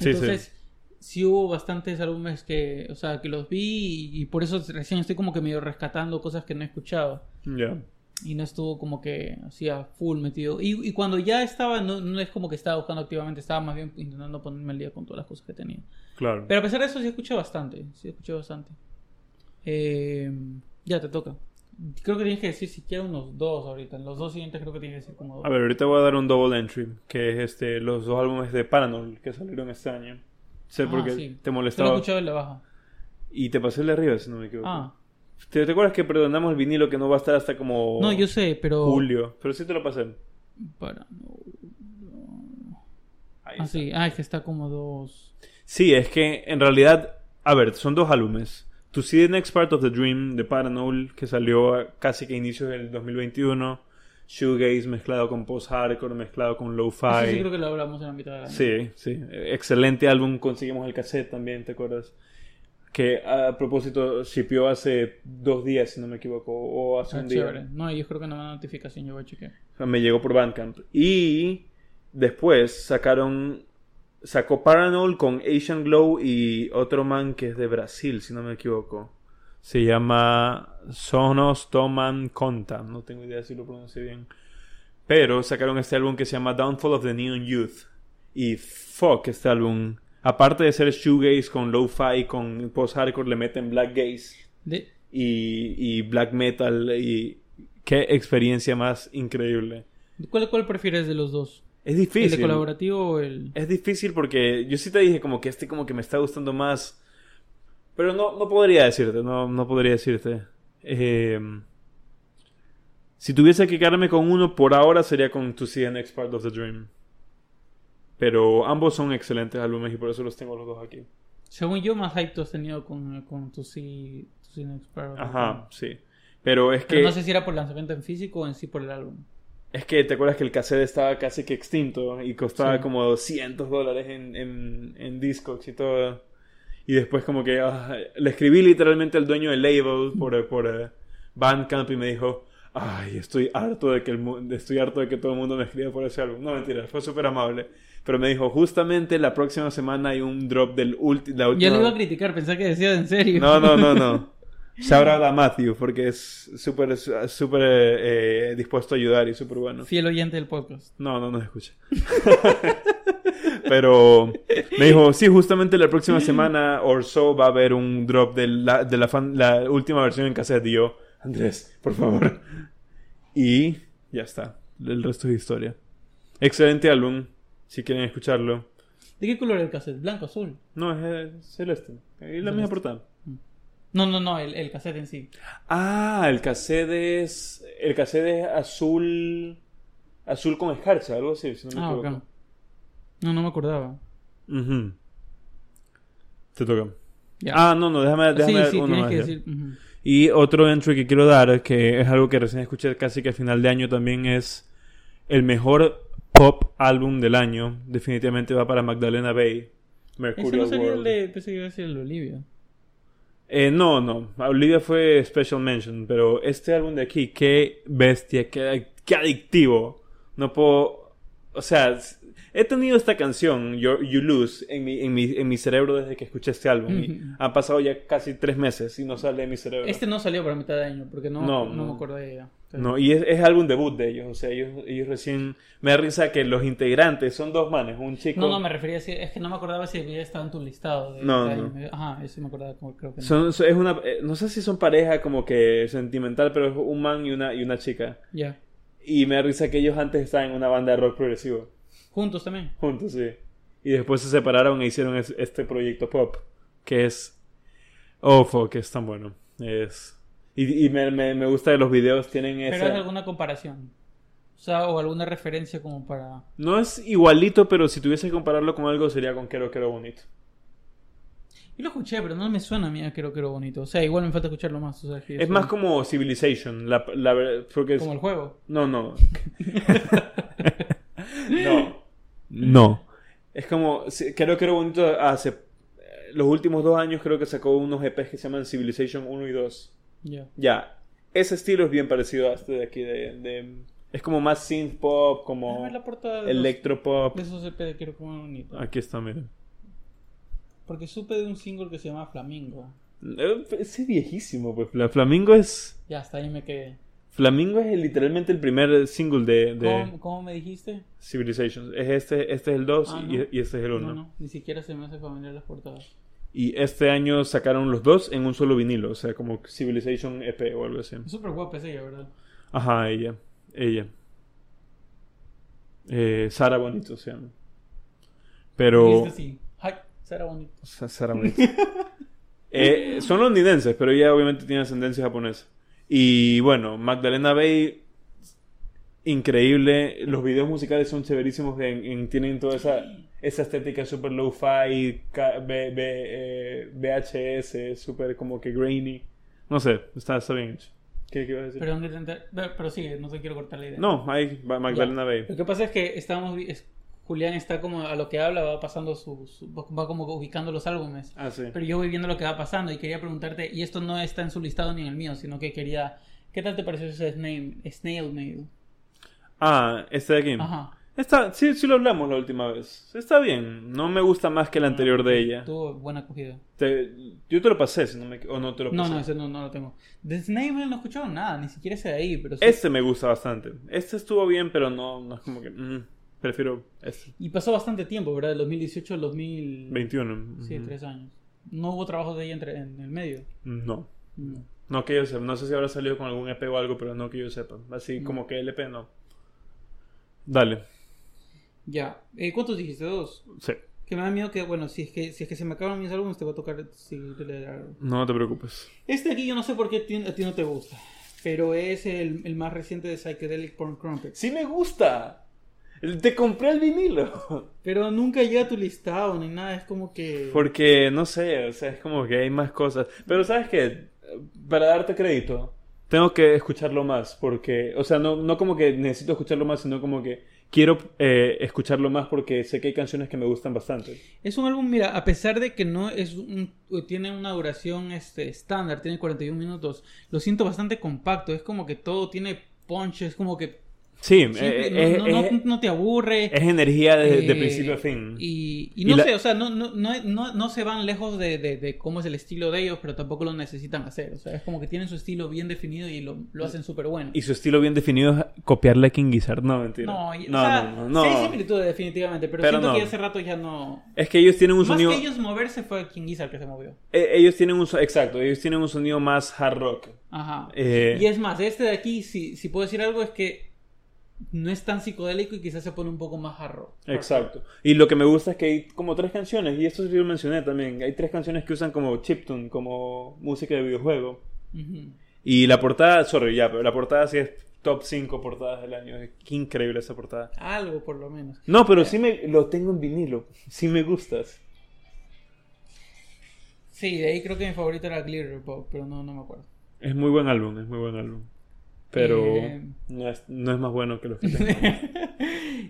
Sí,
Entonces,
sí.
sí hubo bastantes álbumes que, o sea, que los vi y, y por eso recién estoy como que medio rescatando cosas que no he escuchado.
Ya.
Y no estuvo como que hacía full metido. Y, y cuando ya estaba, no, no es como que estaba buscando activamente, estaba más bien intentando ponerme al día con todas las cosas que tenía.
Claro.
Pero a pesar de eso, sí escuché bastante. Sí escuché bastante. Eh, ya te toca. Creo que tienes que decir siquiera unos dos ahorita. En los dos siguientes creo que tienes que decir como dos.
A ver, ahorita voy a dar un double entry, que es este los dos álbumes de Paranol que salieron este año. Sé
Ah,
porque
sí. Yo
te
lo he
molestaba.
escuchado en la baja.
Y te pasé el de arriba, si no me equivoco.
Ah,
¿Te, te acuerdas que perdonamos el vinilo que no va a estar hasta como
no, yo sé, pero.
julio? Pero sí te lo pasé.
Para, no.
Ahí
Ah,
está.
sí. Ah, es que está como dos.
Sí, es que en realidad, a ver, son dos álbumes. To See the Next Part of the Dream de Paranol, que salió a- casi que a inicios del 2021. Shoegaze mezclado con post-hardcore, mezclado con
Eso
lo-fi.
sí creo que lo hablamos en la mitad de la
Sí, sí. Eh, Excelente álbum. Conseguimos el cassette también, ¿te acuerdas? Que a propósito shipió hace dos días, si no me equivoco, o hace
Ah,
un
chévere.
día.
No, yo creo que no me da notificación, yo voy a chequear.
Me llegó por Bandcamp. Y después sacaron. Sacó Paranol con Asian Glow y otro man que es de Brasil, si no me equivoco. Se llama Sonos Toman Conta. No tengo idea si lo pronuncié bien. Pero sacaron este álbum que se llama Downfall of the Neon Youth. Y fuck este álbum. Aparte de ser shoegaze con lo-fi, con post-hardcore, le meten black gaze
De...
y, y black metal. Y qué experiencia más increíble.
¿Cuál, ¿Cuál prefieres de los dos?
Es
¿El de
difícil.
colaborativo o el.?
Es difícil porque yo sí te dije como que este como que me está gustando más. Pero no, no podría decirte, no, no podría decirte. Eh, si tuviese que quedarme con uno, por ahora sería con To See the Next Part of the Dream. Pero ambos son excelentes álbumes y por eso los tengo los dos aquí.
Según yo, más hype tú has tenido con, con tu sí. Tu sí Next Paragraph.
Ajá, sí. Pero es que,
Pero no sé si era por lanzamiento en físico o en sí por el álbum.
es que te acuerdas que el cassette estaba casi que extinto y costaba
Sí.
como 200 dólares en, en, en Discogs y todo. Y después como que ah, le escribí literalmente al dueño del label por, por eh, Bandcamp y me dijo, ay, estoy harto de que el mu- estoy harto de que todo el mundo me escriba por ese álbum. No, mentira, fue súper amable. Pero me dijo, justamente la próxima semana hay un drop del ulti la última...
Yo lo iba a criticar, pensaba que decía en serio.
Pues No, no, no, no. Shout out a Matthew porque es súper súper eh, dispuesto a ayudar y súper bueno.
Fiel oyente del podcast.
No, no nos escucha. Pero me dijo, sí, justamente la próxima semana or so va a haber un drop de la, de la, fan- la última versión en cassette. Y yo, Andrés, por favor. Y ya está. El resto es historia. Excelente álbum, si quieren escucharlo.
¿De qué color era el cassette? ¿Blanco, azul?
No, es eh, celeste. Es la misma portada.
No, no, no, el, el cassette en sí.
Ah, el cassette es. El cassette es azul. Azul con escarcha, algo así, si no me
Ah,
equivoco.
ok. No, no me acordaba.
Ujú. Te toca.
Ya.
Ah, no, no, déjame,
sí,
déjame dar
sí,
uno
tienes
más
que
ya.
decir. ujú.
Y otro entry que quiero dar, que es algo que recién escuché casi que a final de año también, es el mejor pop álbum del año. Definitivamente va para Magdalena Bay,
Ese
Mercury
no sería el
World.
de. Pensé que iba a ser el de Olivia.
Eh, no, no, Olivia fue special mention, pero este álbum de aquí, qué bestia, qué, qué adictivo. No puedo... O sea, s- he tenido esta canción, Your- You Lose, en mi, en, mi, en mi cerebro desde que escuché este álbum. Y
Ujú.
han pasado ya casi tres meses y no sale de mi cerebro.
Este no salió para mitad de año, porque no,
No,
no,
no.
me acuerdo de ella.
No, y es, es álbum debut de ellos. O sea, ellos, ellos recién. Me da risa que los integrantes son dos manes, un chico.
No, no, me refería a si, es que no me acordaba si había estado en tu listado. De,
No,
de ahí.
no.
Ajá, eso me acordaba, como creo que no.
Son, son- es una, eh, no sé si son pareja como que sentimental, pero es un man y una, y una chica.
Ya.
Y me da risa que ellos antes estaban en una banda de rock progresivo,
Juntos también.
juntos, sí. Y después se separaron e hicieron es- este proyecto pop, que es... Oh, fuck, es tan bueno. Es... Y, y me, me, me gusta que los videos tienen
Pero
ese...
es alguna comparación. O sea, o alguna referencia como para...
No es igualito, pero si tuviese que compararlo con algo sería con Quero Quero Bonito.
Yo lo escuché, pero no me suena a mí ah, a Quiero Quiero Bonito. O sea, igual me falta escucharlo más. o sea, que yo
Es
soy-
más como Civilization, la, la ver- porque es-
como el juego.
No, no. no. No. Es como, sí, creo que era bonito hace eh, los últimos dos años creo que sacó unos EPs que se llaman Civilization 1 y 2.
Ya.
Ya, ese estilo es bien parecido a este de aquí, de, de- es como más synth pop,
A
como
ver la portada de, los-
electropop.
de esos EP de Quiero Quiero Bonito.
Aquí está, miren.
Porque supe de un single que se llama Flamingo.
Eh, Ese es viejísimo, pues. La Flamingo es,
Ya, hasta ahí me quedé.
Flamingo es literalmente el primer single de, de
¿Cómo, cómo me dijiste?
Civilization. Es este, este es el 2
Ah,
y,
no.
y este es el 1.
No, no, ni siquiera se me hace familiar las portadas.
Y este año sacaron los dos en un solo vinilo, o sea, como Civilization EP o algo así.
Es súper guapa esa, ya, ¿verdad?
Ajá, ella. Ella. Eh, Sara Bonito se llama. Pero.
Dijiste así, "Ay, será bonito.
Sa- Sara Bonito.
Eh, son londinenses, pero ella obviamente tiene ascendencia japonesa. Y bueno, Magdalena Bay. Increíble. Los videos musicales son severísimos. en- en- tienen toda esa, esa estética super low-fi, ca- B- B- eh, VHS, super como que grainy. No sé, está, está bien hecho. ¿Qué, qué ibas a decir?
Perdón que te inter- Pero, pero sigue, no te quiero cortar la idea.
no, ahí va Magdalena Bay.
Lo que pasa es que estábamos... vi- es- Julián está como a lo que habla, va pasando su, su- va como ubicando los álbumes.
Ah, sí.
Pero yo voy viendo lo que va pasando y quería preguntarte, y esto no está en su listado ni en el mío, sino que quería... ¿Qué tal te pareció ese Snail, snail Mail?
Ah, este de aquí.
Ajá.
Está, sí, sí lo hablamos la última vez. Está bien. No me gusta más que el anterior de ella.
Tuvo buena acogida.
Te- yo te lo pasé, si no me, o no te lo pasé.
No, no, ese no, no lo tengo. De Snail Mail no he escuchado nada, ni siquiera ese de ahí, pero... sí-
Este me gusta bastante. Este estuvo bien, pero no, no es como que... mm, prefiero este.
Y pasó bastante tiempo, ¿verdad? Del 2018 al 2021.
21.
Sí,
Ujú.
tres años. No hubo trabajo de ella entre, en el medio.
No.
No.
No que yo sepa. No sé si habrá salido con algún EP o algo, pero no que yo sepa. Así
No.
como que LP no. Dale.
Ya. Eh, ¿Cuántos dijiste? ¿Dos?
Sí.
Que me da miedo que, bueno, si es que, si es que se me acaban mis álbumes, te va a tocar seguir
No te preocupes.
Este aquí yo no sé por qué a ti, a ti no te gusta. Pero es el, el más reciente de Psychedelic Porn Crumpets.
Sí me gusta. El- Te compré el vinilo.
Pero nunca llega a tu listado ni nada. Es como que...
Porque, no sé, o sea, es como que hay más cosas. Pero sabes que, para darte crédito, tengo que escucharlo más. Porque, o sea, no, no como que necesito escucharlo más, sino como que quiero eh, escucharlo más porque sé que hay canciones que me gustan bastante.
Es un álbum, mira, a pesar de que no es un, tiene una duración este estándar, tiene 41 minutos, lo siento bastante compacto, es como que todo tiene punch, es como que
Sí,
siempre-
eh,
no,
es,
no-
es-
no- no te aburre.
es energía de, de
eh,
principio a fin.
Y, y
Y
no
la-
sé, o sea, no, no, no, no, no se van lejos de, de- de cómo es el estilo de ellos, pero tampoco lo necesitan hacer. O sea, es como que tienen su estilo bien definido y lo, lo hacen súper bueno.
Y su estilo bien definido es copiarle a King Gizzard. No, mentira.
No, y- o
no,
sea,
no, no,
sí hay
no.
similitudes definitivamente, pero,
Pero
siento
no.
que hace rato ya no...
Es que ellos tienen un
Más
sonido...
que ellos moverse fue King Gizzard que se movió.
eh, ellos tienen un... so- Exacto, ellos tienen un sonido más hard rock.
Ajá.
Eh,
Y es más, este de aquí, si, si puedo decir algo, es que no es tan psicodélico y quizás se pone un poco más jarro.
Exacto. Y lo que me gusta es que hay como tres canciones, y esto sí lo mencioné también, hay tres canciones que usan como chiptune, como música de videojuego.
Ujú.
Y la portada, sorry, ya, pero la portada sí es top 5 portadas del año. Es que increíble esa portada.
Algo por lo menos.
No, pero sí me lo tengo en vinilo. Sí me gustas.
Sí, de ahí creo que mi favorito era Glitter Pop, pero no, no me acuerdo.
Es muy buen álbum, es muy buen álbum. Pero
Eh.
no, es, no es más bueno que los que tengo.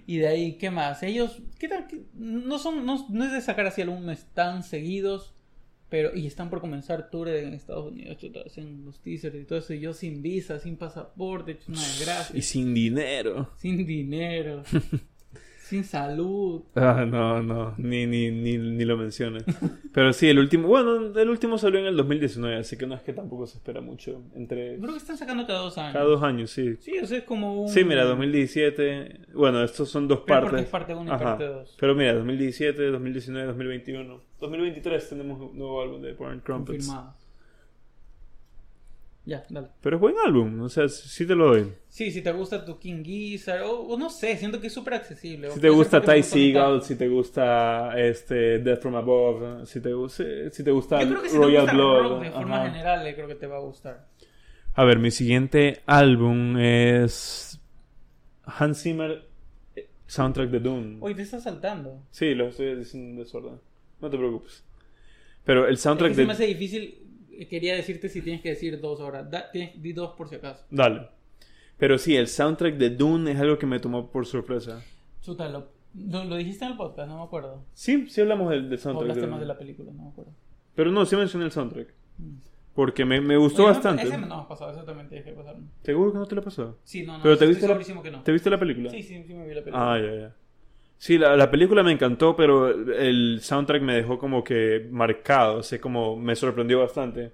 y de ahí, ¿qué más? Ellos, ¿qué tal? que- No son, no, no es de sacar así álbumes tan seguidos, pero, y están por comenzar tour en Estados Unidos, chuta, hacen los teasers y todo eso, y yo sin visa, sin pasaporte, hecho una
y
gracia,
sin dinero.
sin dinero. Sin salud.
Ah, no, no, ni, ni, ni, ni lo menciones. Pero sí, el último, bueno, el último salió en el 2019, así que no es que tampoco se espera mucho. Entre
Creo que están sacando cada dos años.
cada dos años, sí.
Sí, o sea, es como un.
Sí, mira, 2017, bueno, estos son dos
Pero porque es parte
partes.
1 y
Ajá.
parte 2.
Pero mira, 2017, 2019, 2021, 2023 tenemos un nuevo álbum de Porn Crumpets.
Confirmado. Ya, dale.
Pero es buen álbum, o sea, sí te lo doy.
Sí, si te gusta tu King Gizzard, o, o no sé, siento que es súper accesible.
Si te gusta Ty Seagal, si te gusta este Death from Above, si te, gu- si- si te gusta
Yo creo que si
Royal
te gusta
Blood.
rock de forma
ajá.
general, eh, creo que te va a gustar.
A ver, mi siguiente álbum es Hans Zimmer eh, Soundtrack de Dune.
Oye, te estás saltando.
Sí, lo estoy diciendo en desorden. No te preocupes. Pero el
Es que
soundtrack
se
de
me hace difícil. eh, Quería decirte si tienes que decir dos horas. Da- tienes, di dos por si acaso.
Dale. Pero sí, el soundtrack de Dune es algo que me tomó por sorpresa.
Chuta, lo, lo- lo dijiste en el podcast, no me acuerdo.
Sí, sí hablamos del, del
O
soundtrack de
hablaste más
Dune.
de la película, no me acuerdo.
Pero no, sí mencioné el soundtrack.
Mm.
Porque me, me gustó
Oye, no,
bastante.
Ese no me ha pasado, eso también tienes que pasar.
¿Seguro que no te lo pasó?
Sí, no, no.
Pero te
estoy
viste la-
segurísimo que no.
¿Te viste la película?
Sí, sí, sí me vi la película.
Ah, ya, ya. Sí, la, la película me encantó, pero el soundtrack me dejó como que marcado, o sea, como me sorprendió bastante.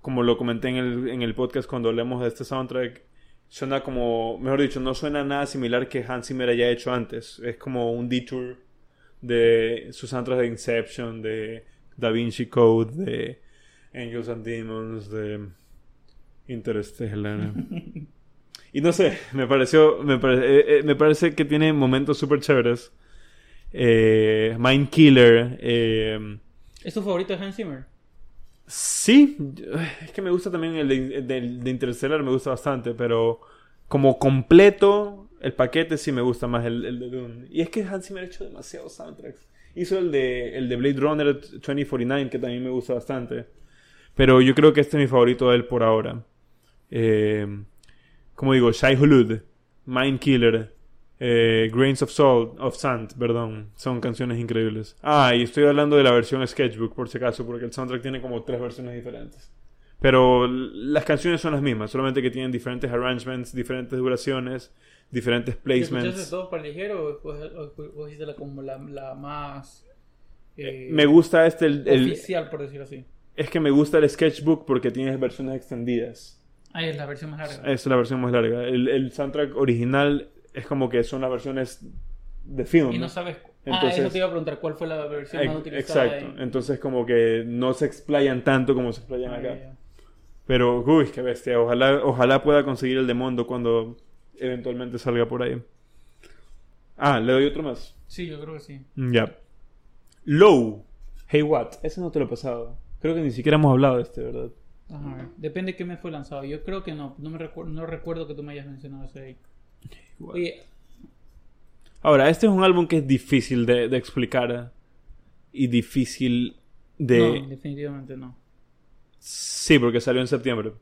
Como lo comenté en el, en el podcast cuando hablamos de este soundtrack, suena como, mejor dicho, no suena nada similar que Hans Zimmer haya hecho antes. Es como un detour de sus soundtracks de Inception, de Da Vinci Code, de Angels and Demons, de Interstellar. Y no sé, me pareció, me, pare- eh, eh, me parece que tiene momentos súper chéveres. Eh, Mind Killer. eh,
¿Es tu favorito de Hans Zimmer?
sí, es que me gusta también el de, el de- el de Interstellar, me gusta bastante, pero como completo, el paquete sí me gusta más el, el de Dune. Y es que Hans Zimmer ha hecho demasiados soundtracks. Hizo el de, el de Blade Runner 2049, que también me gusta bastante. Pero yo creo que este es mi favorito de él por ahora. Eh, como digo, Shai Hulud, Mind Killer, eh, Grains of Salt, of Sand, perdón, son canciones increíbles. Ah, y estoy hablando de la versión Sketchbook, por si acaso, porque el soundtrack tiene como tres versiones diferentes. Pero l- las canciones son las mismas, solamente que tienen diferentes arrangements, diferentes duraciones, diferentes
¿Te ¿Escuchaste
placements.
todo para ligero o escog- o escog- cogiste la, como la, la más eh,
Me gusta este, el, el-
oficial, por decirlo así?
es que me gusta el Sketchbook porque tienes versiones extendidas.
Ahí es la versión más larga.
Esa es la versión más larga. El, el soundtrack original es como que son las versiones de film.
y
¿no?
no sabes. cu- ah, eso
Entonces-
te iba a preguntar, ¿cuál fue la versión más
Ex-
utilizada?
Exacto.
en-
Entonces como que no se explayan tanto como se explayan
Ah,
acá.
ya, ya.
Pero, uy, qué bestia. Ojalá, ojalá pueda conseguir el de Mondo cuando eventualmente salga por ahí. Ah, le doy otro más.
Sí, yo creo que sí.
Mm, Ya. Low. Hey What. Ese no te lo he pasado. Creo que ni siquiera hemos hablado de este, ¿verdad?
Ajá, a ver. Depende de qué me fue lanzado. Yo creo que no. No, me recu- no recuerdo que tú me hayas mencionado ese ahí. Oye,
Ahora, este es un álbum que es difícil de, de explicar. Y difícil de...
no, definitivamente no.
Sí, porque salió en septiembre.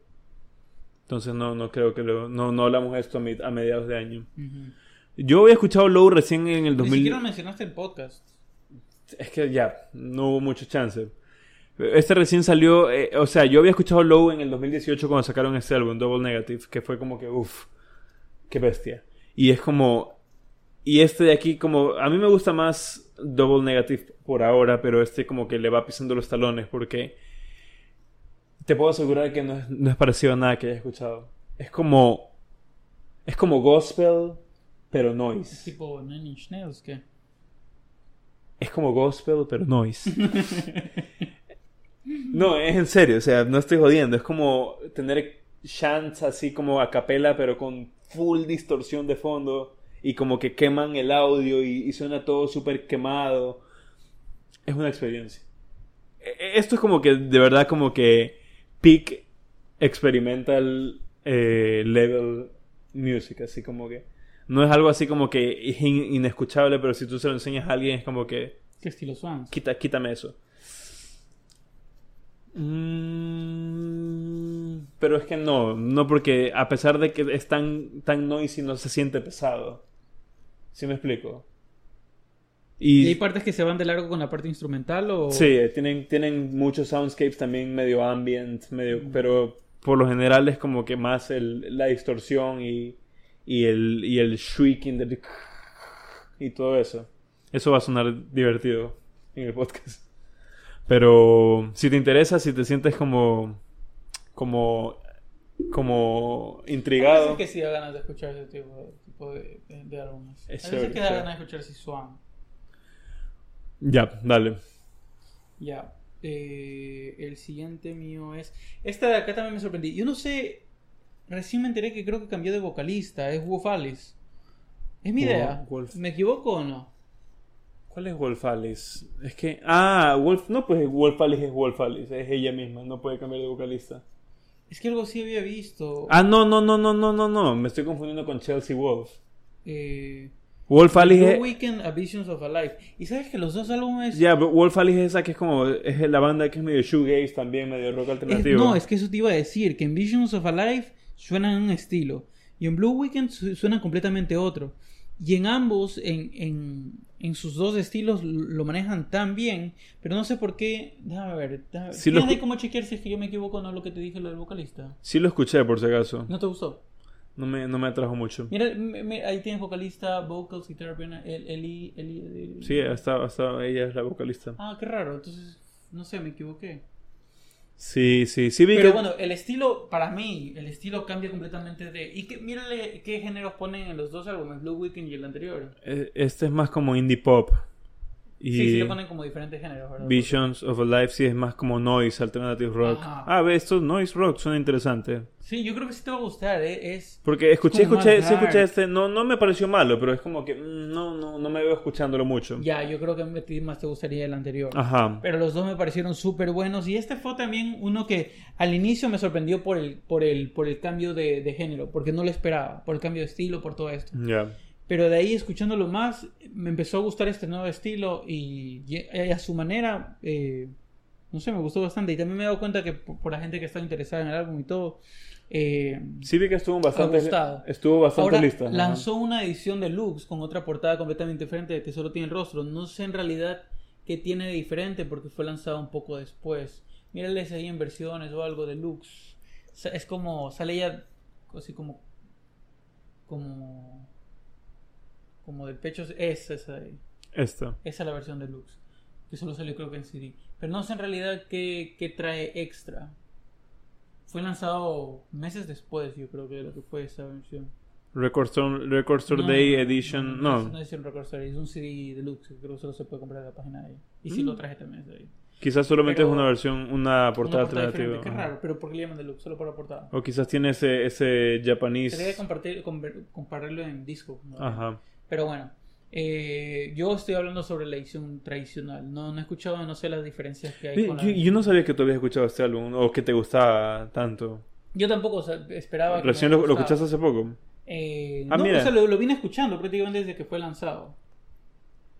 Entonces no, no creo que lo... No, no hablamos de esto a, mi- a mediados de año.
Ujú.
Yo había escuchado Low recién en el
Ni
2000.
siquiera mencionaste el podcast.
Es que ya, no hubo mucho chance. Este recién salió, eh, o sea, yo había escuchado Low en el 2018 cuando sacaron este álbum, Double Negative, que fue como que, uff, qué bestia. Y es como, y este de aquí como, a mí me gusta más Double Negative por ahora, pero este como que le va pisando los talones porque te puedo asegurar que no es, no es parecido a nada que haya escuchado. Es como, es como gospel, pero noise.
Es tipo Nine Inch Nails, ¿qué?
Es como gospel, pero noise. no, es en serio, o sea, no estoy jodiendo. Es como tener chants así como a capela, pero con full distorsión de fondo. Y como que queman el audio y, y suena todo súper quemado. Es una experiencia. E- e- Esto es como que, de verdad, como que peak experimental eh, level music. Así como que... No es algo así como que es in- inescuchable, pero si tú se lo enseñas a alguien es como que
¿Qué estilo Swans?
quita, quítame eso. Mm, pero es que no, no porque a pesar de que es tan, tan noisy no se siente pesado. ¿Sí me explico?
¿Y hay partes que se van de largo con la parte instrumental o...?
Sí, tienen, tienen muchos soundscapes también medio ambient, medio, pero por lo general es como que más el, la distorsión y, y el, y el shrieking del- y todo eso. Eso va a sonar divertido en el podcast. Pero si te interesa, si te sientes como como como
A veces
intrigado,
que sí da ganas de escuchar ese tipo de, tipo de, de- de álbumes.
Es
a veces
chévere,
que da
chévere.
ganas de escuchar si Swan.
ya, dale.
Ya. Eh, el siguiente mío es. Esta de acá también me sorprendí. Yo no sé. Recién me enteré que creo que cambió de vocalista. Es Wolf Alice. Es mi
Wo-
idea.
Wolf.
¿Me equivoco o no?
¿Cuál es Wolf Alice? Es que ah, Wolf no pues Wolf Alice es Wolf Alice, es ella misma, no puede cambiar de vocalista.
Es que algo sí había visto.
Ah, no, no, no, no, no, no, no, me estoy confundiendo con Chelsea Wolf.
Eh,
Wolf Alice
The
es,
Weeknd, A Visions of a Life. Y sabes que los dos álbumes.
Ya, pero Wolf Alice es esa que es como. Es la banda que es medio shoegaze también, medio rock
Es-
alternativo.
no, es que eso te iba a decir. Que en Visions of a Life suenan un estilo. Y en Blue Weekend su- suenan completamente otro. Y en ambos, en, en, en sus dos estilos, l- lo manejan tan bien. Pero no sé por qué. Déjame ver. Déjame ver.
Sí lo
¿Tienes ahí
escu-
cómo chequear si es que yo me equivoco o no lo que te dije lo del vocalista?
Sí lo escuché, por si acaso.
¿No te gustó?
No me, no me atrajo mucho.
Mira, m- m- ahí tienes vocalista, vocals, guitar, piano, el, Eli, Eli, Eli-
Sí, hasta, hasta ella es la vocalista.
Ah, qué raro. Entonces, no sé, me equivoqué.
Sí, sí, sí vi
Pero
que-
bueno, el estilo, para mí, el estilo cambia completamente de... Y que, mírale qué géneros ponen en los dos álbumes, Blue Weekend y el anterior.
eh, Este es más como indie pop. Y
Sí, sí le ponen como diferentes géneros, ¿verdad?
Visions of a Life sí es más como noise, alternative rock.
Ajá.
Ah, ve, estos noise rock son interesantes.
Sí, yo creo que sí te va a gustar, ¿eh? Es...
Porque escuché,
Es como
escuché,
más
sí escuché
dark.
este. No, no me pareció malo, pero es como que. mm, No, no, no me veo escuchándolo mucho.
Ya, yo creo que a ti más te gustaría el anterior.
Ajá.
Pero los dos me parecieron súper buenos. Y este fue también uno que al inicio me sorprendió por el, por el, por el cambio de, de género, porque no lo esperaba, por el cambio de estilo, por todo esto.
Ya.
Pero de ahí, escuchándolo más, me empezó a gustar este nuevo estilo y, y a su manera, eh, no sé, me gustó bastante. Y también me he dado cuenta que por, por la gente que está interesada en el álbum y todo, eh,
Sí vi que estuvo bastante,
gustado.
estuvo bastante
ahora
lista. ajá.
lanzó una edición deluxe con otra portada completamente diferente que solo tiene el rostro. No sé en realidad qué tiene de diferente porque fue lanzado un poco después. Mírales ahí en versiones o algo deluxe. Sa- Es como, sale ya así como... Como... Como del pecho. Es esa de ahí.
Esta.
Esa es la versión deluxe. Que solo salió creo que en CD. Pero no sé en realidad qué, qué trae extra. Fue lanzado meses después, yo creo que de lo que fue esa versión.
Record Store, Record Store Day Edition. No.
No, es un Record Store, es un CD deluxe. que Creo que solo se puede comprar en la página de ahí. Y sí
Mm.
lo traje también desde ahí.
Quizás solamente
Pero-
es una versión,
Una
una portada
portada
alternativa.
diferente, Qué
ajá.
raro, pero ¿por qué le llaman deluxe? Solo por la portada.
O quizás tiene ese, ese
Sería
japonés.
compartir, conver- compararlo en disco. ¿no?
Ajá.
Pero bueno, eh, yo estoy hablando sobre la edición tradicional. No, no he escuchado, no sé las diferencias que hay.
Yo,
con la-
yo- yo no sabía que tú habías escuchado este álbum o que te gustaba tanto.
Yo tampoco o sea, esperaba. que
Recién
me
lo, lo
gustara.
escuchaste hace poco.
Eh,
Ah,
no,
mira.
o sea, lo, lo vine escuchando prácticamente desde que fue lanzado.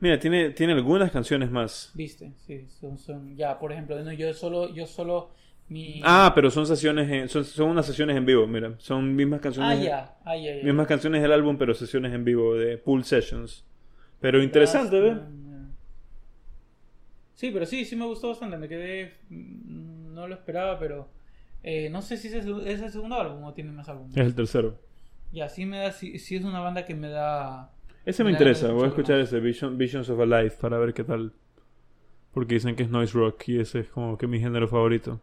Mira, tiene, tiene algunas canciones más.
¿Viste? Sí, son, son- ya, por ejemplo, no, yo solo. Yo solo mi...
Ah, pero son sesiones, en- son, son unas sesiones en vivo, mira. Son mismas
ah,
canciones.
ya, ah, ya, ya.
Mismas canciones del álbum, pero sesiones en vivo de Pool Sessions. Pero interesante, ¿ves?
Sí, pero sí, sí me gustó bastante. Me quedé. mm, No lo esperaba, pero. eh, no sé si ese es, es el segundo álbum o tiene más álbumes.
Es el tercero.
Ya, sí me da. Sí, sí es una banda que me da.
Ese me
Ya,
interesa,
ya
voy a escuchar
escuchar
ese Vision- Visions of a Life para ver qué tal. Porque dicen que es noise rock y ese es como que mi género favorito.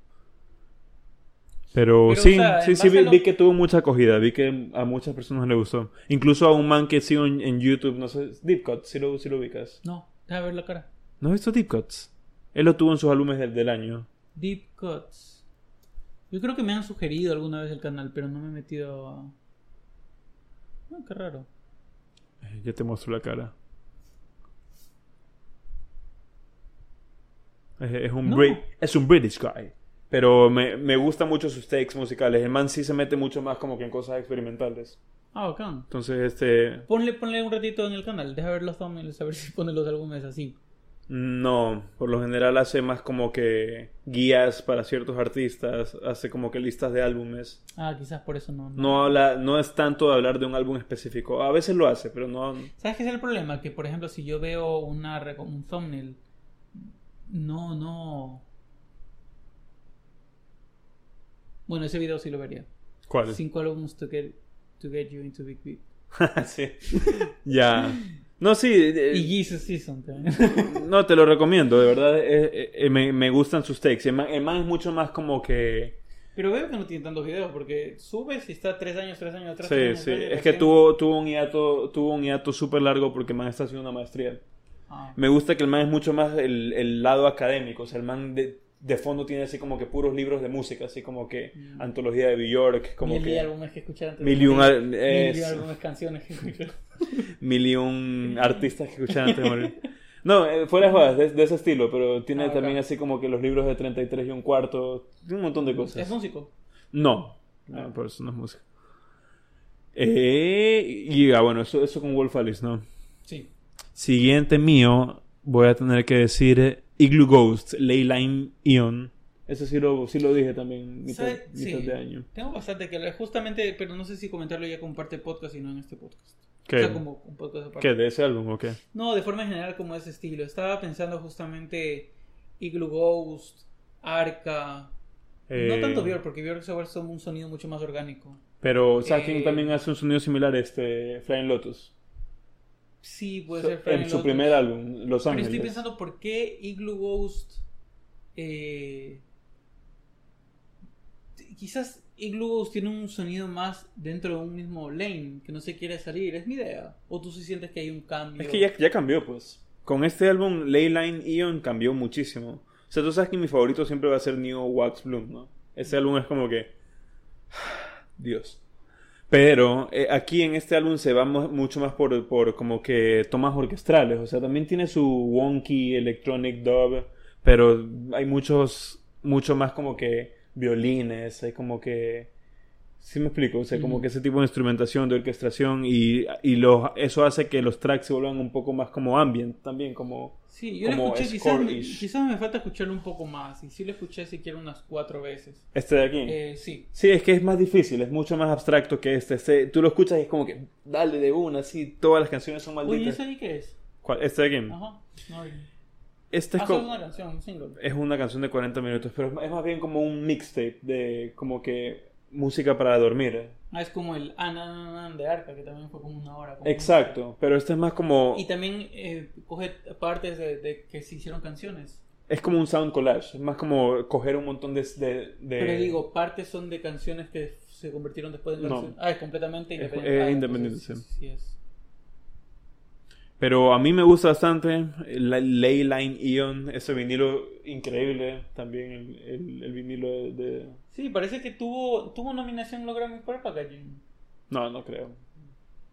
Pero,
Pero,
o
sí,
sea,
sí,
en
sí, vi,
base a
vi
lo-
que tuvo mucha acogida, vi que a muchas personas le gustó. Incluso a un man que sigo en, en YouTube, no sé, Deep Cuts, si lo, si lo ubicas.
No, déjame ver la cara.
¿No has visto Deep Cuts? Él lo tuvo en sus álbumes del, del año.
Deep Cuts. Yo creo que me han sugerido alguna vez el canal, pero no me he metido a. No, qué raro.
Eh, Ya te muestro la cara. Es, es un,
No.
Brit- es un British guy. Pero me, me gusta mucho sus takes musicales. El man sí se mete mucho más como que en cosas experimentales.
Ah, bacán.
Entonces, este...
Ponle, ponle un ratito en el canal, deja ver los thumbnails, a ver si pone los álbumes así.
No, por lo general hace más como que guías para ciertos artistas, hace como que listas de álbumes.
Ah, quizás por eso no.
No habla, no es tanto de hablar de un álbum específico. A veces lo hace, pero no...
¿Sabes qué es el problema? Que, por ejemplo, si yo veo una, reco- un thumbnail, no, no. Bueno, ese video sí lo vería.
¿Cuál?
Cinco álbumes to get, to get you into Big Beat.
Sí. Ya. No, sí. eh,
Y Jesus Season también.
No, te lo recomiendo, de verdad. eh, eh, eh, me, me gustan sus takes. El man, el man es mucho más como que.
Pero veo que no tiene tantos videos porque subes y está tres años, tres años atrás. tres
Sí,
años
sí.
atrás, y
Es que
recién-
tuvo, tuvo un hiato tuvo un hiato súper largo porque el man está haciendo una maestría.
Ah.
Me gusta que el man es mucho más el, el lado académico. O sea, el man de, de fondo tiene así como que puros libros de música, así como que
Mm.
antología de Bjork, como
mil y
que
álbumes que escuchar antes. de
mil y un,
morir.
al-
Mil y
es-
álbumes, canciones que escuchar.
mil y un artistas que escuchan antes de morir. No, eh, fuera de jodas, de, de ese estilo, pero tiene
Ah, ok.
también así como que los libros de 33 y un cuarto, un montón de cosas.
Es músico.
No,
Ah.
no, por eso no es música. Eh, y ah, bueno, eso, eso con Wolf Alice, ¿no?
Sí.
Siguiente mío, voy a tener que decir eh, Igloo Ghost, Leyline Ion. Eso sí lo, sí lo dije también, mitad,
¿Sabe? Sí.
mitad de año.
Tengo bastante que hablar. Justamente, pero no sé si comentarlo ya comparte podcast y no en este podcast. O
¿Qué?
sea, como un podcast aparte.
¿Qué? ¿De ese álbum o qué?
No, de forma general como ese estilo. Estaba pensando justamente Igloo Ghost, Arca.
Eh,
No tanto Björk, porque Björk se son un sonido mucho más orgánico.
Pero ¿sabes quién
Eh,
también hace un sonido similar? Este, Flying Lotus.
Sí, puede
So-
ser
en
Flying
su
Lotus.
primer álbum, Los
Pero
Ángeles.
estoy pensando por qué Igloo Ghost. eh, t- quizás Igloo Ghost tiene un sonido más dentro de un mismo lane que no se quiere salir. Es mi idea. O tú sí sientes que hay un cambio.
Es que ya, ya cambió, pues. Con este álbum, Leyline Ion cambió muchísimo. O sea, tú sabes que mi favorito siempre va a ser New Wax Bloom, ¿no? Ese álbum es como que. Dios. Pero eh, aquí en este álbum se va mu- mucho más por, por como que tomas orquestrales. O sea, también tiene su wonky electronic dub. Pero hay muchos. Mucho más como que violines. Hay como que. Sí me explico, o sea, como
Ujú.
que ese tipo de instrumentación, de orquestación y, y los, eso hace que los tracks se vuelvan un poco más como ambient también, como...
Sí, yo lo
como
escuché. Quizás me,
score-ish.
quizás me falta escucharlo un poco más. Y sí lo escuché siquiera unas cuatro veces.
Este de aquí.
Eh, sí.
Sí, es que es más difícil, es mucho más abstracto que este. Este- tú lo escuchas y es como que, dale de una, así, todas las canciones son
Oye, ¿y
malditas.
¿eso ahí qué es?
¿Cuál? Este de aquí.
Ajá. No, oye.
Este es
Ah, solo es
como...
una canción, un single.
Es una canción de 40 minutos, pero es más- es más bien como un mixtape de como que música para dormir.
Ah, es como el Ananan de Arca, que también fue como una hora. como
Exacto, pero este es más como...
Y también eh, coge partes de, de que se hicieron canciones.
Es como un sound collage, es más como coger un montón de... de- de-
Pero digo, partes son de canciones que se convirtieron después en
No.
canciones. Ah, es completamente
Es-
independiente.
es
Ah,
independiente,
entonces
sí.
sí, sí es.
Pero a mí me gusta bastante la Leyline Ion, ese vinilo increíble, también el, el- el vinilo de, de-
Sí, parece que tuvo, tuvo nominación en los Grammys por Packaging.
No, no creo.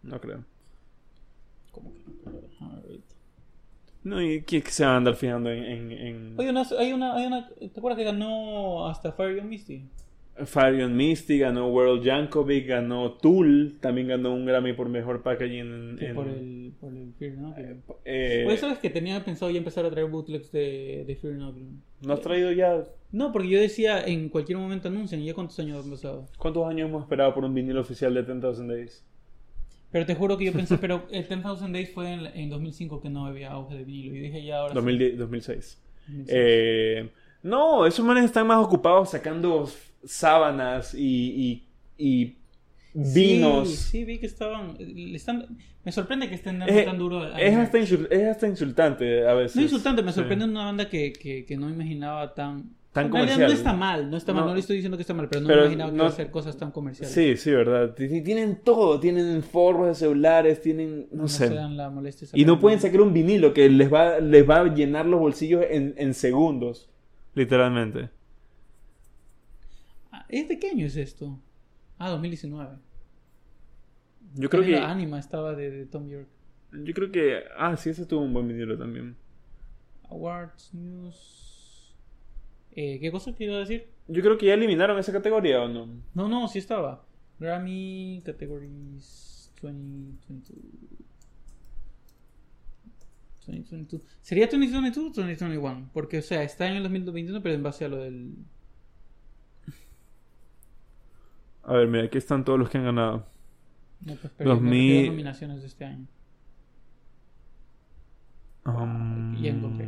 No creo.
Como que no creo. A ver, ahorita.
No, y que que se van a andar fijando en... en, en-
Hay una, hay una, hay una, ¿te acuerdas que ganó hasta Fire and Misty?
Fire and Misty, ganó World Jankovic, ganó Tool, también ganó un Grammy por Mejor Packaging en...
Sí,
en-
por el, por el Fear Inoculum.
eh,
Por eso es que tenía pensado ya empezar a traer bootlegs de, de Fear Inoculum.
¿No has traído ya...
No, porque yo decía en cualquier momento anuncian, ¿y ya cuántos años han pasado?
¿Cuántos años hemos esperado por un vinilo oficial de 10,000 Days?
Pero te juro que yo pensé, pero el 10,000 Days fue en, en 2005 que no había auge de vinilo. Y dije, ya ahora. sí.
2010, 2006.
2006.
Eh, no, esos manes están más ocupados sacando f- sábanas y, y- y vinos.
Sí, sí, vi que estaban. le están- me sorprende que estén dando
Eh,
tan duro. a-
Es, hasta insul- es hasta insultante a veces.
no insultante, me
Sí.
sorprende una banda que, que, que no imaginaba tan.
Tan
En realidad
comercial.
No está mal, no está mal.
No.
No, le estoy diciendo que está mal, pero no
Pero
me imaginaba que
no-
iba a hacer cosas tan comerciales.
Sí, sí, verdad. T- t- Tienen todo, tienen forros de celulares, tienen, no,
No,
sé.
se dan la molestia. de
Y no
sacar
pueden
un-
sacar un vinilo que les va, les va a llenar los bolsillos en, en segundos. Literalmente.
Ah, ¿Es de qué año es esto? Ah, 2019.
Yo creo
También
que...
la Anima estaba de, de Tom York.
Yo creo que... Ah, sí, ese tuvo un buen vinilo también.
Awards, News. Eh, ¿Qué cosa te iba a decir?
Yo creo que ya eliminaron esa categoría o no.
No, no, sí estaba. Grammy Categories 2022. 2022. ¿Sería 2022 o 2021? Porque, o sea, está en el 2021, pero en base a lo del.
A ver, mira, aquí están todos los que han ganado.
No, pues, perdí- me
2000.
perdí las nominaciones de este año.
Um,
Ya encontré.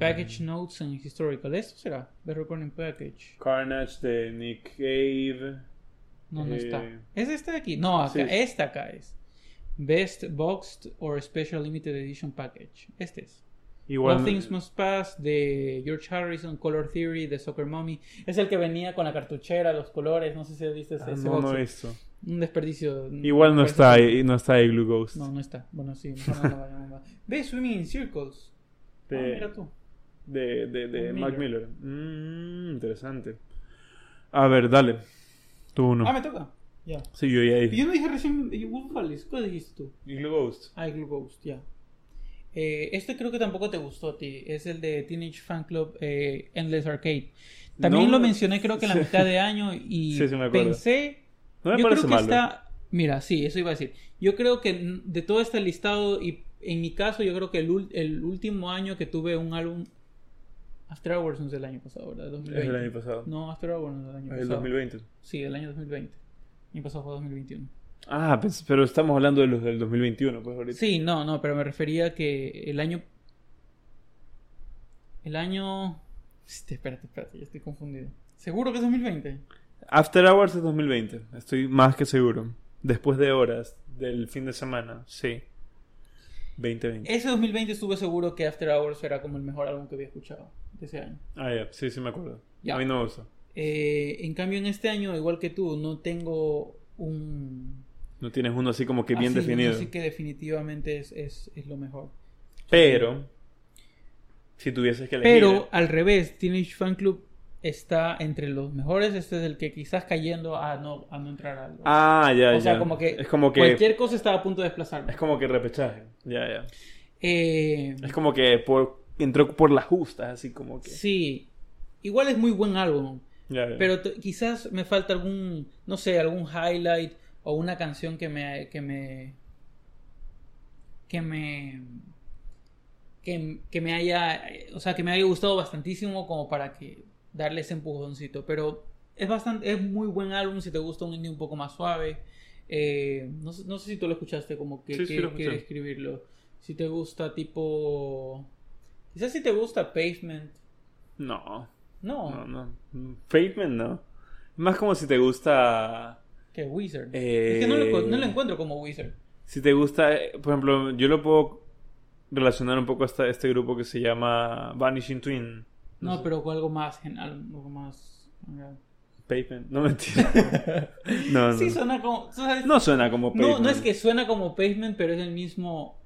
Package Notes and Historical. ¿Esto será? The Recording Package.
Carnage de Nick Cave.
No, no
Eh,
está. ¿Es esta de aquí? No, acá,
sí.
esta acá es. Best Boxed or Special Limited Edition Package. Este es. All
Igual.
Things Must Pass de George Harrison, Color Theory de Soccer Mommy. Es el que venía con la cartuchera, los colores, no sé si viste ese,
Ah,
ese
no,
box.
no he visto.
Un desperdicio.
Igual no
Me
está
parece-
ahí, no está ahí Glue Ghost.
No, no está. Bueno, sí. mejor no lo vayamos a- Ve Swimming in Circles. Ah,
De-
mira tú.
De, de, de
Un
Mac
Miller.
Miller. Mm, interesante. A ver, dale. Tú uno.
Ah, me toca. Ya.
Sí, yo ya
Yo
dije.
no dije recién eh, Wolf Alice. ¿Cuál dijiste tú?
¿Y Glue Ghost?
Ah, Glue Ghost, ya. Eh, este creo que tampoco te gustó a ti. Es el de Teenage Fan Club eh, Endless Arcade. También
No,
lo mencioné creo que en la
sí.
mitad de año y
Sí, sí, me acuerdo.
pensé
No me
yo
parece ¿eh?
creo que
malo.
está. Mira, sí, eso iba a decir. Yo creo que n- de todo este listado, y en mi caso, yo creo que el, ul- el último año que tuve un álbum. After Hours no es del año pasado, ¿verdad?
Es
2020.
del año pasado.
No, After Hours no es del año
el
pasado.
2020.
Sí, del año 2020. El año pasado fue 2021.
Ah, pues, pero estamos hablando de los del 2021, pues ahorita.
Sí, no, no, pero me refería que el año. El año. Este, espérate, espérate, ya estoy confundido. ¿Seguro que es 2020?
After Hours es 2020, estoy más que seguro. Después de horas del fin de semana, sí. 2020.
Ese 2020 estuve seguro que After Hours era como el mejor álbum que había escuchado de ese año.
Ah, ya, sí, sí me acuerdo.
Ya.
A mí no me gusta.
Eh, en cambio, en este año, igual que tú, no tengo un.
No tienes uno así como que bien
así, uno
definido.
Así que definitivamente es, es, es lo mejor.
Pero, si tuvieses que elegir.
Pero al revés, Teenage Fan Club está entre los mejores. Este es el que quizás cayendo a no, a no entrar algo.
Ah, ya, ya.
o sea, como que,
Es como que.
cualquier cosa estaba a punto de
Es
desplazarme.
como que repechaje. Ya, ya.
Eh,
Es como que por... entró por las justas, así como que.
sí, igual es muy buen álbum,
Ya, ya.
pero t- quizás me falta algún, no sé, algún highlight o una canción que me que me que me que, que me haya, eh, o sea, que me haya gustado bastantísimo como para que darle ese empujoncito, pero es bastante es muy buen álbum si te gusta un indie un poco más suave. Eh, no, sé- no sé si tú lo escuchaste como que
Sí, sí, lo
quiere
escuché.
escribirlo. Si te gusta tipo quizás si te gusta Pavement.
No,
No,
no, no. Pavement no. Más como si te gusta.
que Wizard.
Eh,
Es que no lo, no lo encuentro como Wizard.
Si te gusta, eh, por ejemplo, yo lo puedo relacionar un poco a esta- este grupo que se llama Vanishing Twin.
No,
sé.
pero con algo más general, algo más. general.
Pavement, no mentira. no, no.
Sí, suena como. o sea, es-
No suena como
no,
Pavement.
no es que suena como Pavement, pero es el mismo.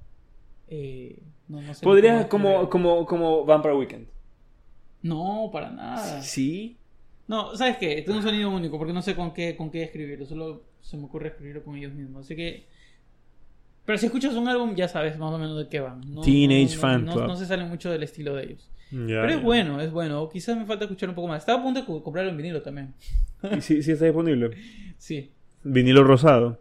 Eh, no, no sé
Podrías
cómo
como,
escribir.
como, como Vampire Weekend.
No, para nada.
Sí.
No, ¿sabes qué? Tengo un sonido único porque no sé con qué, con qué escribirlo. Solo se me ocurre escribirlo con ellos mismos. Así que. Pero si escuchas un álbum, ya sabes más o menos de qué van. No-
Teenage
no- no-
Fan
no-
Club.
no se sale mucho del estilo de ellos. Pero es bueno, es bueno. O quizás me falta escuchar un poco más. Estaba a punto de co- comprarlo en vinilo también.
¿Y si, si está disponible?
Sí.
Vinilo rosado.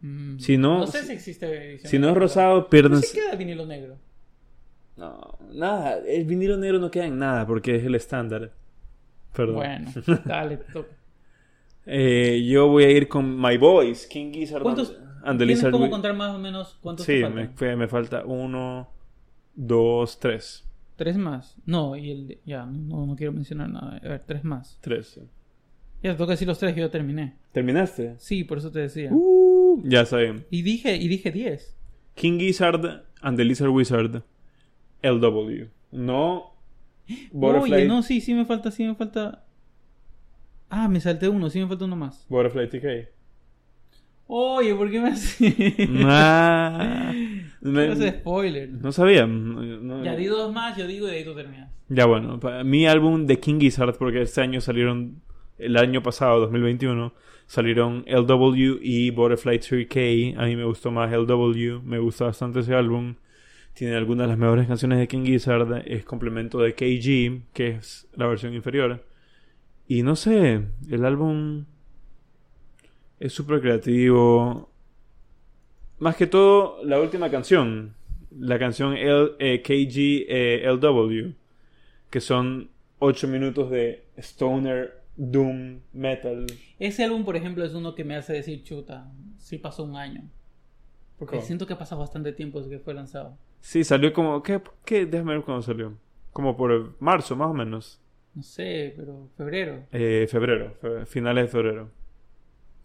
Mm.
Si no-
No sé si existe. edición
Si no es
negra.
rosado,
No
pierden.
se queda vinilo negro.
No, nada. El vinilo negro no queda en nada porque es el estándar. Perdón.
Bueno, dale, te toca.
Eh, yo voy a ir con My Boys, King Gizzard
¿Cuántos-
and- and the
¿Tienes
Lizard
cómo
Wizard.
contar más o menos cuántos te
Sí,
faltan?
me, fue- me falta uno, dos, tres.
Tres más. No, y el de- ya, no, no quiero mencionar nada. A ver, tres más.
Tres.
Ya te toca decir los tres que yo terminé.
¿Terminaste?
Sí, por eso te decía.
Uh, ya saben.
Y dije, y dije diez.
King Gizzard and the Lizard Wizard LW. No Butterfly,
Oye, no, sí, sí me falta, sí me falta. Ah, me salté uno, sí me falta uno más.
Butterfly TK.
Oye, ¿por qué me haces?
Mm. Ah, me-
No haces spoiler.
no sabía. no-
Ya di dos más, yo digo y de ahí tú terminas.
Ya bueno, pa- mi álbum de King Gizzard, porque este año salieron, el año pasado, 2021, salieron LW y Butterfly 3K. A mí me gustó más LW, me gusta bastante ese álbum. Tiene algunas de las mejores canciones de King Gizzard, es complemento de KG, que es la versión inferior. Y no sé, el álbum es súper creativo. Más que todo, la última canción, la canción L- eh, KG eh, LW que son 8 minutos de stoner, doom, metal.
Ese álbum, por ejemplo, es uno que me hace decir, chuta, sí pasó un año. Porque
¿Cómo?
siento que ha pasado bastante tiempo desde que fue lanzado.
Sí, salió como... ¿qué, qué? Déjame ver cuándo salió. Como por marzo, más o menos.
No sé, pero febrero.
Eh, febrero, fe- finales de febrero.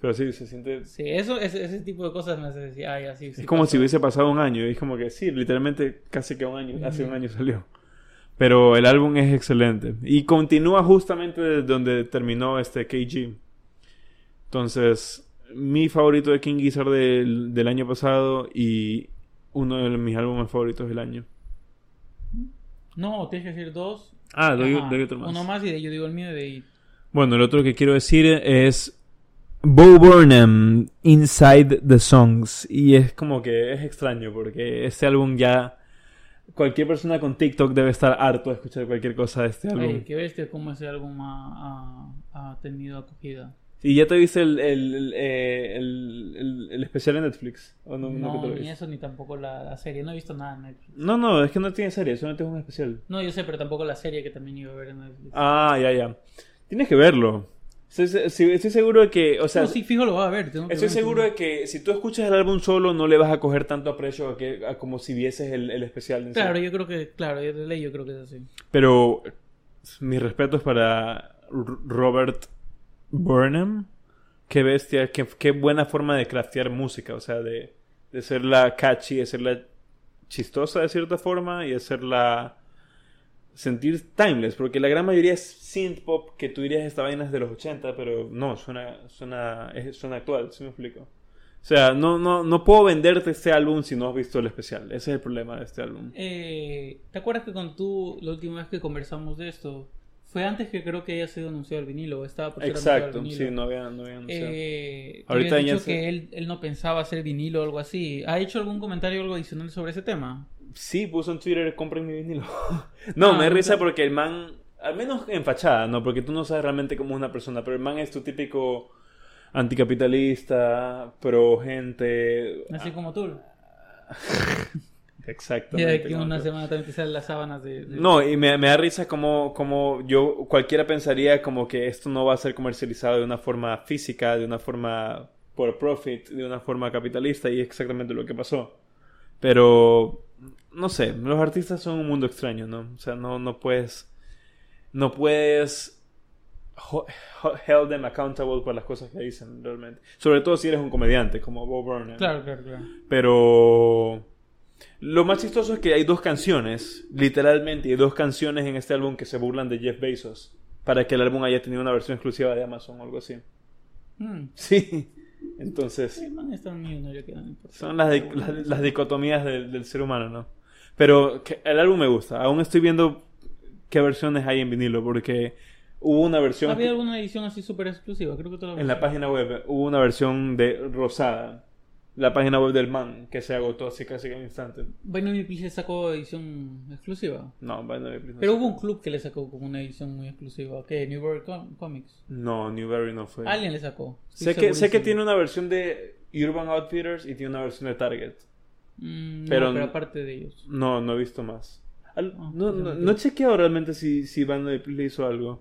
Pero sí, se siente...
Sí, eso, ese, ese tipo de cosas me hace decir, ay, así.
es como si hubiese pasado un año. Y es como que sí, literalmente casi que un año, hace un año salió. Pero el álbum es excelente. Y continúa justamente de donde terminó este KG. Entonces, mi favorito de King Gizzard del, del año pasado y uno de mis álbumes favoritos del año.
No, tienes que decir dos.
Ah, doy,
Ajá,
doy otro más.
Uno más y de- yo digo el mío y de ahí.
Bueno, el otro que quiero decir es Bo Burnham, Inside the Songs. Y es como que es extraño porque este álbum ya... Cualquier persona con TikTok debe estar harto de escuchar cualquier cosa de este álbum.
Ay, qué bestia cómo ese álbum ha, ha- ha tenido acogida.
¿Y ya te viste el, el, el, eh, el- el- el especial en Netflix? ¿O no, no, que
No,
te lo
ni
viste?
eso ni tampoco la, la serie. No he visto nada en Netflix.
no, no, es que no tiene serie, solamente es un especial.
No, yo sé, pero tampoco la serie que también iba a ver en Netflix.
Ah, ya, ya. Tienes que verlo. Estoy, se- sí, estoy seguro de que, o sea,
no, sí, fijo lo vas a ver. tengo que
estoy
ver,
seguro de que si tú escuchas el álbum solo no le vas a coger tanto aprecio a que, a como si vieses el, el especial. en sí.
Claro, yo creo que, claro, yo de ley yo creo que es así.
Pero mis respetos para R- Robert Burnham. Qué bestia, qué, qué buena forma de craftear música, o sea, de, de ser la catchy, de ser la chistosa de cierta forma y de hacerla sentir timeless, porque la gran mayoría es synth pop que tú dirías esta vaina es de los 80, pero no, suena, suena, es- suena actual, si me explico. O sea, no, no, no puedo venderte este álbum si no has visto el especial, ese es el problema de este álbum.
Eh, ¿Te acuerdas que con tú, la última vez que conversamos de esto, fue antes que creo que haya sido anunciado el vinilo? o Estaba por ser anunciado
Exacto,
el
sí,
vinilo.
no había, no había anunciado.
Eh,
Ahorita
Ahorita
ya
dicho
se-
que él, él no pensaba hacer vinilo o algo así. ¿Ha hecho algún comentario o algo adicional sobre ese tema?
Sí, puso en Twitter, compren mi vinilo. no,
Ah,
me da risa
ok.
porque el man, al menos en fachada, ¿no? Porque tú no sabes realmente cómo es una persona, pero el man es tu típico anticapitalista, pro gente.
Así como tú.
Ah, Exactamente.
Ya de aquí
como
una
tú.
semana también te salen las sábanas de... de-
No, y me, me da risa como, como yo, cualquiera pensaría como que esto no va a ser comercializado de una forma física, de una forma por profit, de una forma capitalista, y es exactamente lo que pasó. Pero, no sé, los artistas son un mundo extraño, ¿no? O sea, no, no puedes, no puedes ho- ho- held them accountable por las cosas que dicen realmente. Sobre todo si eres un comediante como Bob Burnham.
Claro, claro, claro.
Pero lo más chistoso es que hay dos canciones, literalmente, hay dos canciones en este álbum que se burlan de Jeff Bezos para que el álbum haya tenido una versión exclusiva de Amazon o algo así.
Mm.
Sí. Entonces,
El man está un millonario que no le importa.
son las, di- las- las dicotomías del, del ser humano, ¿no? Pero que- el álbum me gusta. Aún estoy viendo qué versiones hay en vinilo porque hubo una versión...
¿Había alguna edición así súper exclusiva? Creo que te lo
En la página web hubo una versión de Rosada, la página web del man, que se agotó así casi que en un instante.
Binary Please sacó edición exclusiva.
No, Binary Please no
Pero
sé.
hubo un club que le sacó como una edición muy exclusiva. que New World Com- Comics.
No, Newberry no fue.
Alguien le sacó. Estoy
Sé que, sé que
segurísimo.
tiene una versión de Urban Outfitters y tiene una versión de Target.
Mm, no,
pero-
pero... aparte de ellos.
No, no he visto más. Al-
Ah,
no,
ya
no,
me
no he chequeado realmente si, si Band le hizo algo.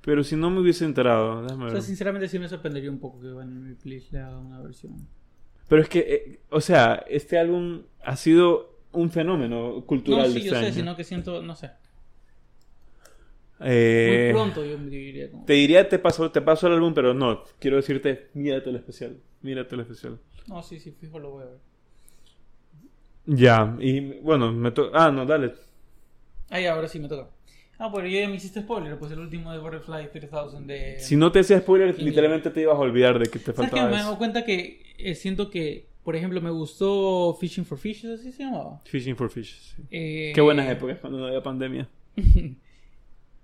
Pero si no me hubiese enterado, déjame
O
ver.
sea, sinceramente sí me sorprendería un poco que Binary Please le haga una versión.
Pero es que, eh, o sea, este álbum ha sido un fenómeno cultural
No, sí,
este
yo sé,
año.
sino que siento, no sé.
Eh,
Muy pronto yo me diría como...
Te diría, te paso, te paso el álbum, pero no. Quiero decirte, mírate el especial. Mírate el especial.
No, sí, sí, fijo lo voy a ver.
Ya, y bueno, me to- Ah, no, dale.
Ah, ya, ahora sí me toca. Ah, bueno, yo ya me hiciste spoiler, pues el último de Butterfly 3000 de...
Si no te hacía spoiler,
Y-
literalmente te ibas a olvidar de que te
¿Sabes que
faltaba
me he
eso.
dado cuenta que eh, siento que, por ejemplo, me gustó Fishing for Fishes, así se llamaba.
Fishing for Fish. sí.
Eh,
Qué buenas épocas cuando no había pandemia.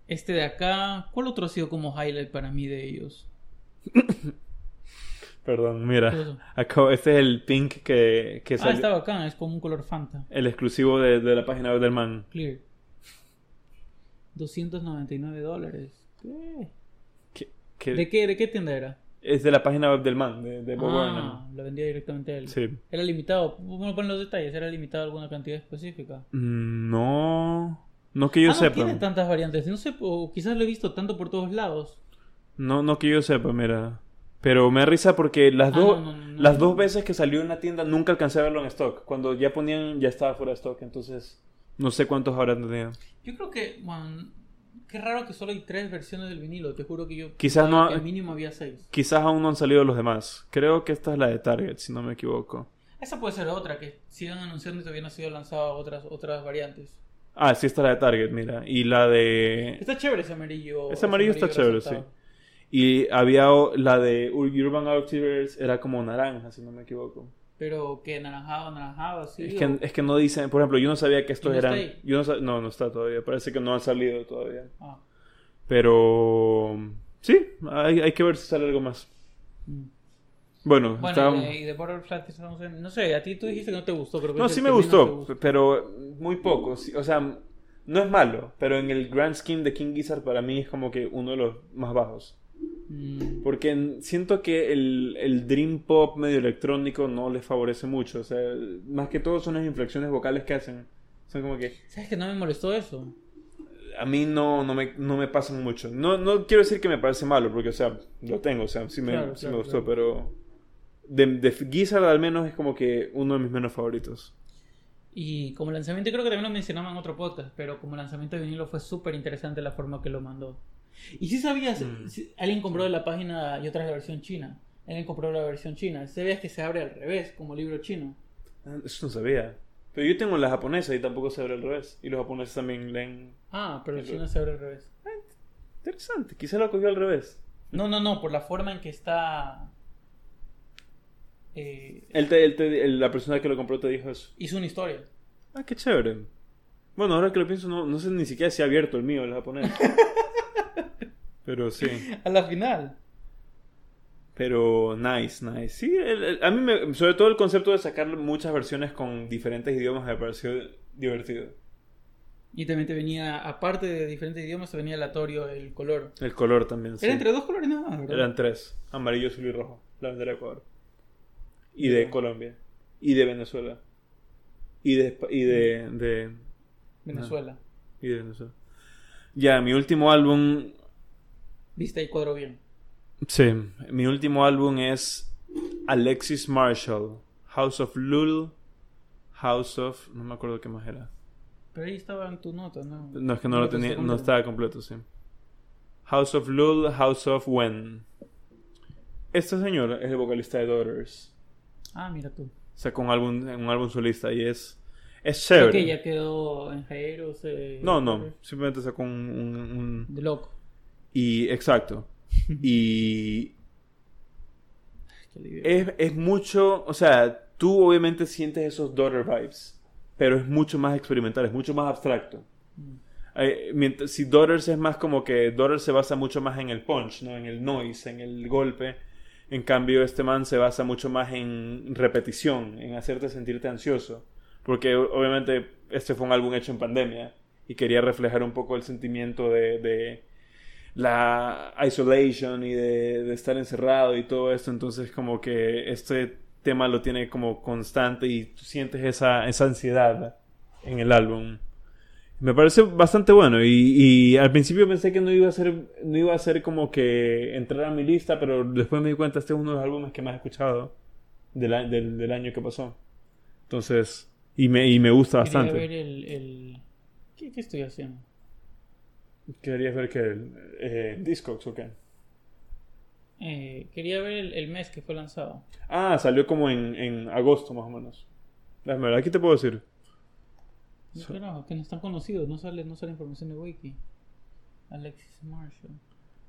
Este de acá, ¿cuál otro ha sido como highlight para mí de ellos?
Perdón,
¿Qué
mira.
pasó?
Acabo, este es el pink que, que
Ah,
salió.
está bacán, es como un color Fanta,
El exclusivo de, de la página web del man.
clear. 299 dólares. ¿Qué?
Que, que
¿De qué, ¿De qué tienda era?
Es de la página web del man, de, de Bob
Ah,
Burnham.
lo vendía directamente a él.
Sí.
Era limitado, bueno, pon los detalles, era limitado a alguna cantidad específica.
Mm, No. No que yo
ah, no
sepa.
tiene tantas variantes, no sé, o quizás lo he visto tanto por todos lados.
No, no que yo sepa, mira. Pero me da risa porque las
Ah,
dos
no, no, no,
las
no.
dos veces que salió en la tienda nunca alcancé a verlo en stock. Cuando ya ponían, ya estaba fuera de stock. Entonces, no sé cuántos habrán tenido.
Yo creo que, bueno, Qué raro que solo hay tres versiones del vinilo. Te juro que yo.
Quizás no-
que al mínimo había seis.
Quizás aún no han salido los demás. Creo que esta es la de Target, si no me equivoco.
Esa puede ser otra, que sigan anunciando y todavía no han sido lanzadas otras, otras variantes.
Ah, sí, esta es la de Target, mira. Y la de...
Está chévere ese amarillo.
Ese amarillo está chévere,
resaltado.
Y había o- la de Ur- Urban Outfitters, era como naranja, si no me equivoco.
Pero que naranjado, anaranjado, así.
Es
o-
que, es que no dicen, por ejemplo, yo no sabía que estos
¿Y no está
eran...
ahí?
Yo no, sa- no, no está todavía, parece que no han salido todavía.
Ah.
Pero... Sí, hay, hay que ver si sale algo más.
Mm.
Bueno,
Bueno,
está-
y de- y de Butterfly estamos en- No sé, a ti tú dijiste que no te gustó, pero...
No,
es
sí
el
me
que menos te
gustó,
gusta.
pero muy poco. sí, O sea, no es malo, pero en el grand scheme de King Gizzard para mí es como que uno de los más bajos.
Mm,
Porque en- siento que el, el dream pop medio electrónico no les favorece mucho. O sea, más que todo son las inflexiones vocales que hacen. Son como que
¿Sabes que no me molestó eso?
a mí no, no, me, no me pasan mucho. No, no quiero decir que me parece malo, porque, o sea, lo tengo, o sea, sí me,
Claro,
sí
claro,
me
claro.
gustó, pero... De, de Gizzard al menos es como que uno de mis menos favoritos.
Y como lanzamiento, creo que también lo mencionamos en otro podcast, pero como lanzamiento de vinilo fue súper interesante la forma que lo mandó. Y sí sabías,
Mm.
sí, alguien compró la página y otra es la versión china. Alguien compró la versión china. Sabías que se abre al revés, como libro chino.
Ah, Eso no sabía. Pero yo tengo la japonesa y tampoco se abre al revés. Y los japoneses también leen.
Ah, pero el
Eso.
chino se abre al revés.
Interesante, quizá lo cogió al revés.
No, no, no, por la forma en que está... eh,
Él te- él te- él- la persona que lo compró te dijo eso.
hizo una historia.
Ah, qué chévere. Bueno, ahora que lo pienso, no, no sé ni siquiera si ha abierto el mío, el japonés. Pero sí.
A la final.
Pero nice, nice. Sí, el- el- a mí, me- sobre todo el concepto de sacar muchas versiones con diferentes idiomas me pareció divertido.
Y también te venía, aparte de diferentes idiomas, te venía aleatorio el color.
El color también. sí.
Era entre dos colores nada más, ¿verdad?
Eran tres: amarillo, azul y rojo. La bandera de Ecuador. Y de Colombia. Y de Venezuela. Y de. Espa- Y de, de-
Venezuela.
y de Venezuela. Ya, mi último álbum.
Viste el cuadro bien.
Sí, mi último álbum es Alexis Marshall. House of Lul. House of. No me acuerdo qué más era.
Pero ahí estaba en tu nota, ¿no?
No, es que no lo tenía.
está
No
completo.
estaba completo, sí. House of Lul, House of When. Este señor es el vocalista de Daughters.
Ah, mira tú.
sacó un álbum, un álbum solista y es, es
Creo
chévere.
que ya quedó en Jairo. se-
No, no, simplemente sacó un, un- un-
De loco.
Y exacto. Y
Qué alivio.
es, es mucho, o sea, tú obviamente sientes esos daughter vibes, pero es mucho más experimental, es mucho más abstracto.
Mm.
Eh, mientras, si Daughters es más como que Daughters se basa mucho más en el punch, ¿no? En el noise, en el golpe. En cambio, este man se basa mucho más en repetición, en hacerte sentirte ansioso. Porque o- obviamente este fue un álbum hecho en pandemia y quería reflejar un poco el sentimiento de, de la isolation y de, de estar encerrado y todo esto. Entonces como que este tema lo tiene como constante y tú sientes esa, esa ansiedad en el álbum. Me parece bastante bueno y, y al principio pensé que no iba a ser no iba a ser como que entrar a mi lista, pero después me di cuenta este es uno de los álbumes que más he escuchado del, a- del- del año que pasó. Entonces, y me, y me gusta
Quería
bastante.
ver el. el- ¿Qué, qué estoy haciendo?
¿Querías ver que el eh, Discogs o qué?
Eh, quería ver el, el mes que fue lanzado.
Ah, salió como en, en agosto más o menos. La verdad, aquí te puedo decir.
No,
So-
carajo, que no están conocidos. No sale, no sale información de Wiki. Alexis Marshall.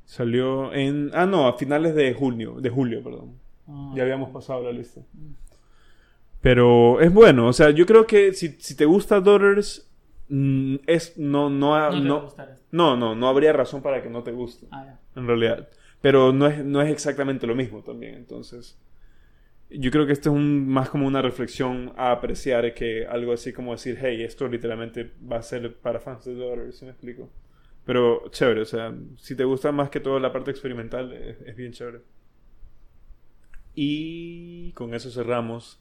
Salió en. Ah, no, a finales de junio. De julio, perdón.
Ah.
Ya habíamos pasado la lista.
Mm.
Pero es bueno. O sea, yo creo que si, si te gusta Daughters, mm, es, no, no,
No
ha-
te va a
no,
gustar esto.
no, no, no habría razón para que no te guste.
Ah, ya.
en realidad. Pero no es, no es exactamente lo mismo también, entonces. Yo creo que esto es un, más como una reflexión a apreciar que algo así como decir, hey, esto literalmente va a ser para fans de Daughter, si me explico. Pero chévere, o sea, si te gusta más que todo la parte experimental, es, es bien chévere. Y con eso cerramos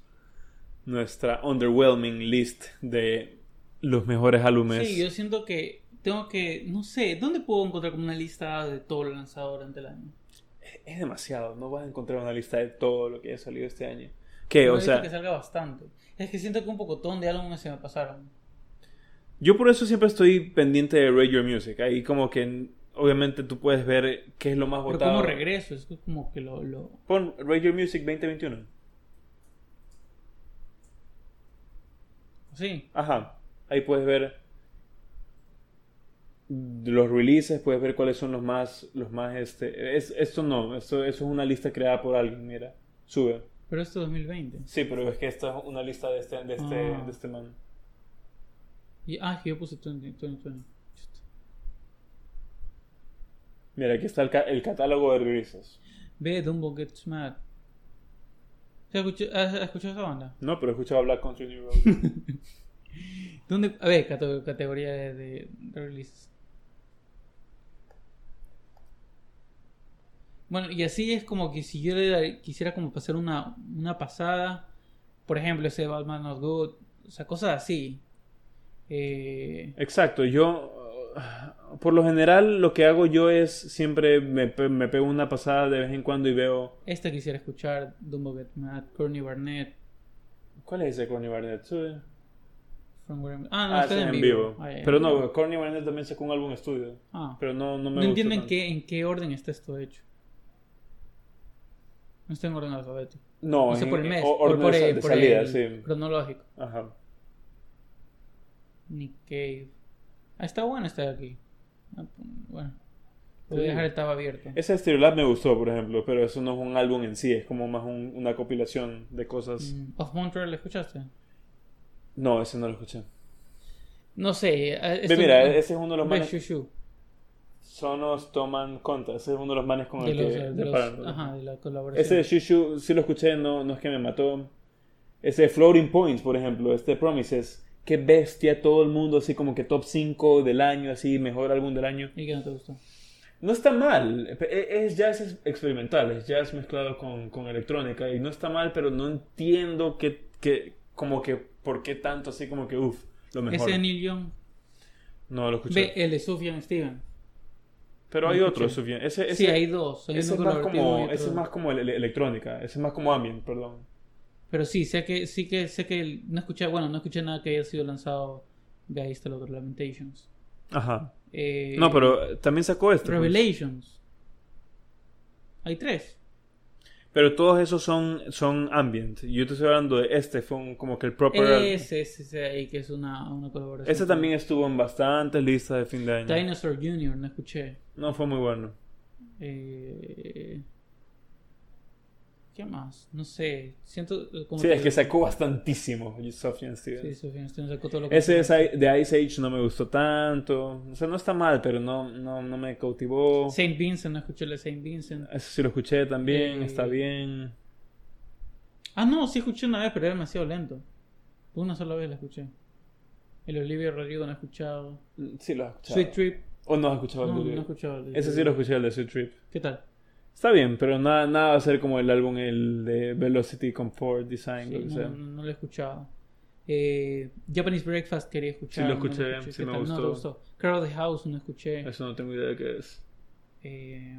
nuestra underwhelming list de los mejores álbumes.
Sí, yo siento que tengo que, no sé, ¿dónde puedo encontrar como una lista de todo lo lanzado durante el año?
es demasiado. No vas a encontrar una lista de todo lo que haya salido este año. Que,
Una
o
lista
sea,
que salga bastante. Es que siento que un pocotón de álbumes se me pasaron.
Yo por eso siempre estoy pendiente de Radio Music. Ahí como que obviamente tú puedes ver qué es lo más
Pero
votado.
como regreso, es como que lo... lo...
Pon Radio Music 2021.
Sí.
Ajá. Ahí puedes ver los releases, puedes ver cuáles son los más, los más este. Es, esto no, esto, eso es una lista creada por alguien, mira. Sube.
Pero este esto es 2020.
Sí, pero es que esta es una lista de este, de este,
Ah.
de este man.
Y, ah, yo puse 2020.
Mira, aquí está el, ca- el catálogo de releases.
Ve, Dumbo Gets Mad. ¿Se escuchó- ¿Has has escuchado esa banda?
No, pero he escuchado Black Country New Road.
¿Dónde? A ver, cate- categoría de, de releases. Bueno, y así es como que si yo le dar- quisiera como pasar una, una pasada, por ejemplo, ese Batman Not Good, o sea, cosas así. Eh,
Exacto, yo. uh, Por lo general, lo que hago yo es siempre me, pe- me pego una pasada de vez en cuando y veo.
esta este quisiera escuchar, Dumbo Get Mad, Courtney Barnett,
¿Cuál es ese Corny Barnett? Sube.
From Where I'm- Ah, no,
Ah,
está
ese es
Ah, en vivo. Ah, ya,
Pero
ya.
no, Corny Barnett también sacó un álbum de estudio.
Ah.
Pero no, no
No
me gustó
entiendo en
tanto.
qué, en qué orden está esto hecho. No está en orden alfabético.
No,
No sé
en-
por el mes.
o-
por,
orden
por
de, sa-
el-
de
por
salida,
el
sí.
Cronológico.
Ajá.
Nick Cave. Ah, está bueno estar aquí. Ah, Bueno. Voy a dejar el tab abierto.
Ese Stereo Lab me gustó, por ejemplo, pero eso no es un álbum en sí, es como más un- una compilación de cosas.
Mm, Of Montreal, ¿lo escuchaste? Mm.
No, ese no lo escuché.
No sé. ah,
Ve,
esto-
mira, ese es uno de los
Ve,
manes.
Shushu,
Sonos Toman Conta, ese es uno de los manes con
de
el que.
los, de los-
Paranormal.
ajá, de la colaboración.
Ese de Shushu sí lo escuché, no, no es que me mató. Ese de Floating Points, por ejemplo, este de Promises. Qué bestia, todo el mundo así como que top 5 del año, así, mejor álbum del año.
¿Y que no te gustó?
No está mal, e- es jazz es- experimental, es jazz mezclado con, con electrónica y no está mal, pero no entiendo que, que como que, por qué tanto así como que, uff, lo mejor.
Ese de Neil Young.
No lo escuché.
Ve, el de Sufjan Steven.
pero hay
no
otro,
escuché.
Sufjan. Ese, ese,
Sí, hay dos. Hay
ese
uno
es más
colaborativo y
como,
otro-
ese es más como el- el- electrónica, ese es más como ambient, perdón.
Pero sí, sé que, sí que, sé que el- no escuché, bueno, no escuché nada que haya sido lanzado de ahí está el otro, Lamentations.
Ajá.
Eh,
No, pero también sacó este. pues.
Revelations. Hay tres.
Pero todos esos son, son ambient. Yo te estoy hablando de este, fue un- como que el proper...
Ese, ese, ese ahí que es una, una colaboración.
Ese también estuvo en bastantes listas de fin de año.
Dinosaur Jr., no escuché.
No fue muy bueno.
Eh, ¿Qué más? No sé. Siento eh, como
Sí, es que sacó bastantísimo Sufjan Stevens.
Sí, Sofía, este no sacó todo lo que-
Ese es I- de Ice Age no me gustó tanto. O sea, no está mal, pero no, no, no me cautivó.
Saint Vincent, no escuché el de Saint Vincent.
Eso sí lo escuché también,
Eh.
está bien.
Ah, no, sí escuché una vez, pero era demasiado lento. Una sola vez la escuché. El Olivia Rodrigo no he escuchado.
Sí lo has escuchado.
Sweet Trip.
O no has escuchado
No,
el
no
de
he escuchado. el de-
Ese sí lo escuché, el de Sweet Trip.
¿Qué tal?
Está bien, pero nada, nada va a ser como el álbum el de Velocity Comfort Design,
Sí,
lo que
no,
sea.
no, no lo he escuchado. Eh, Japanese Breakfast quería escuchar.
Sí, lo
no
escuché, sí
¿Qué
me
tal? No,
gustó.
te gustó. Crowd the House no escuché.
Eso no tengo idea de qué es.
Eh,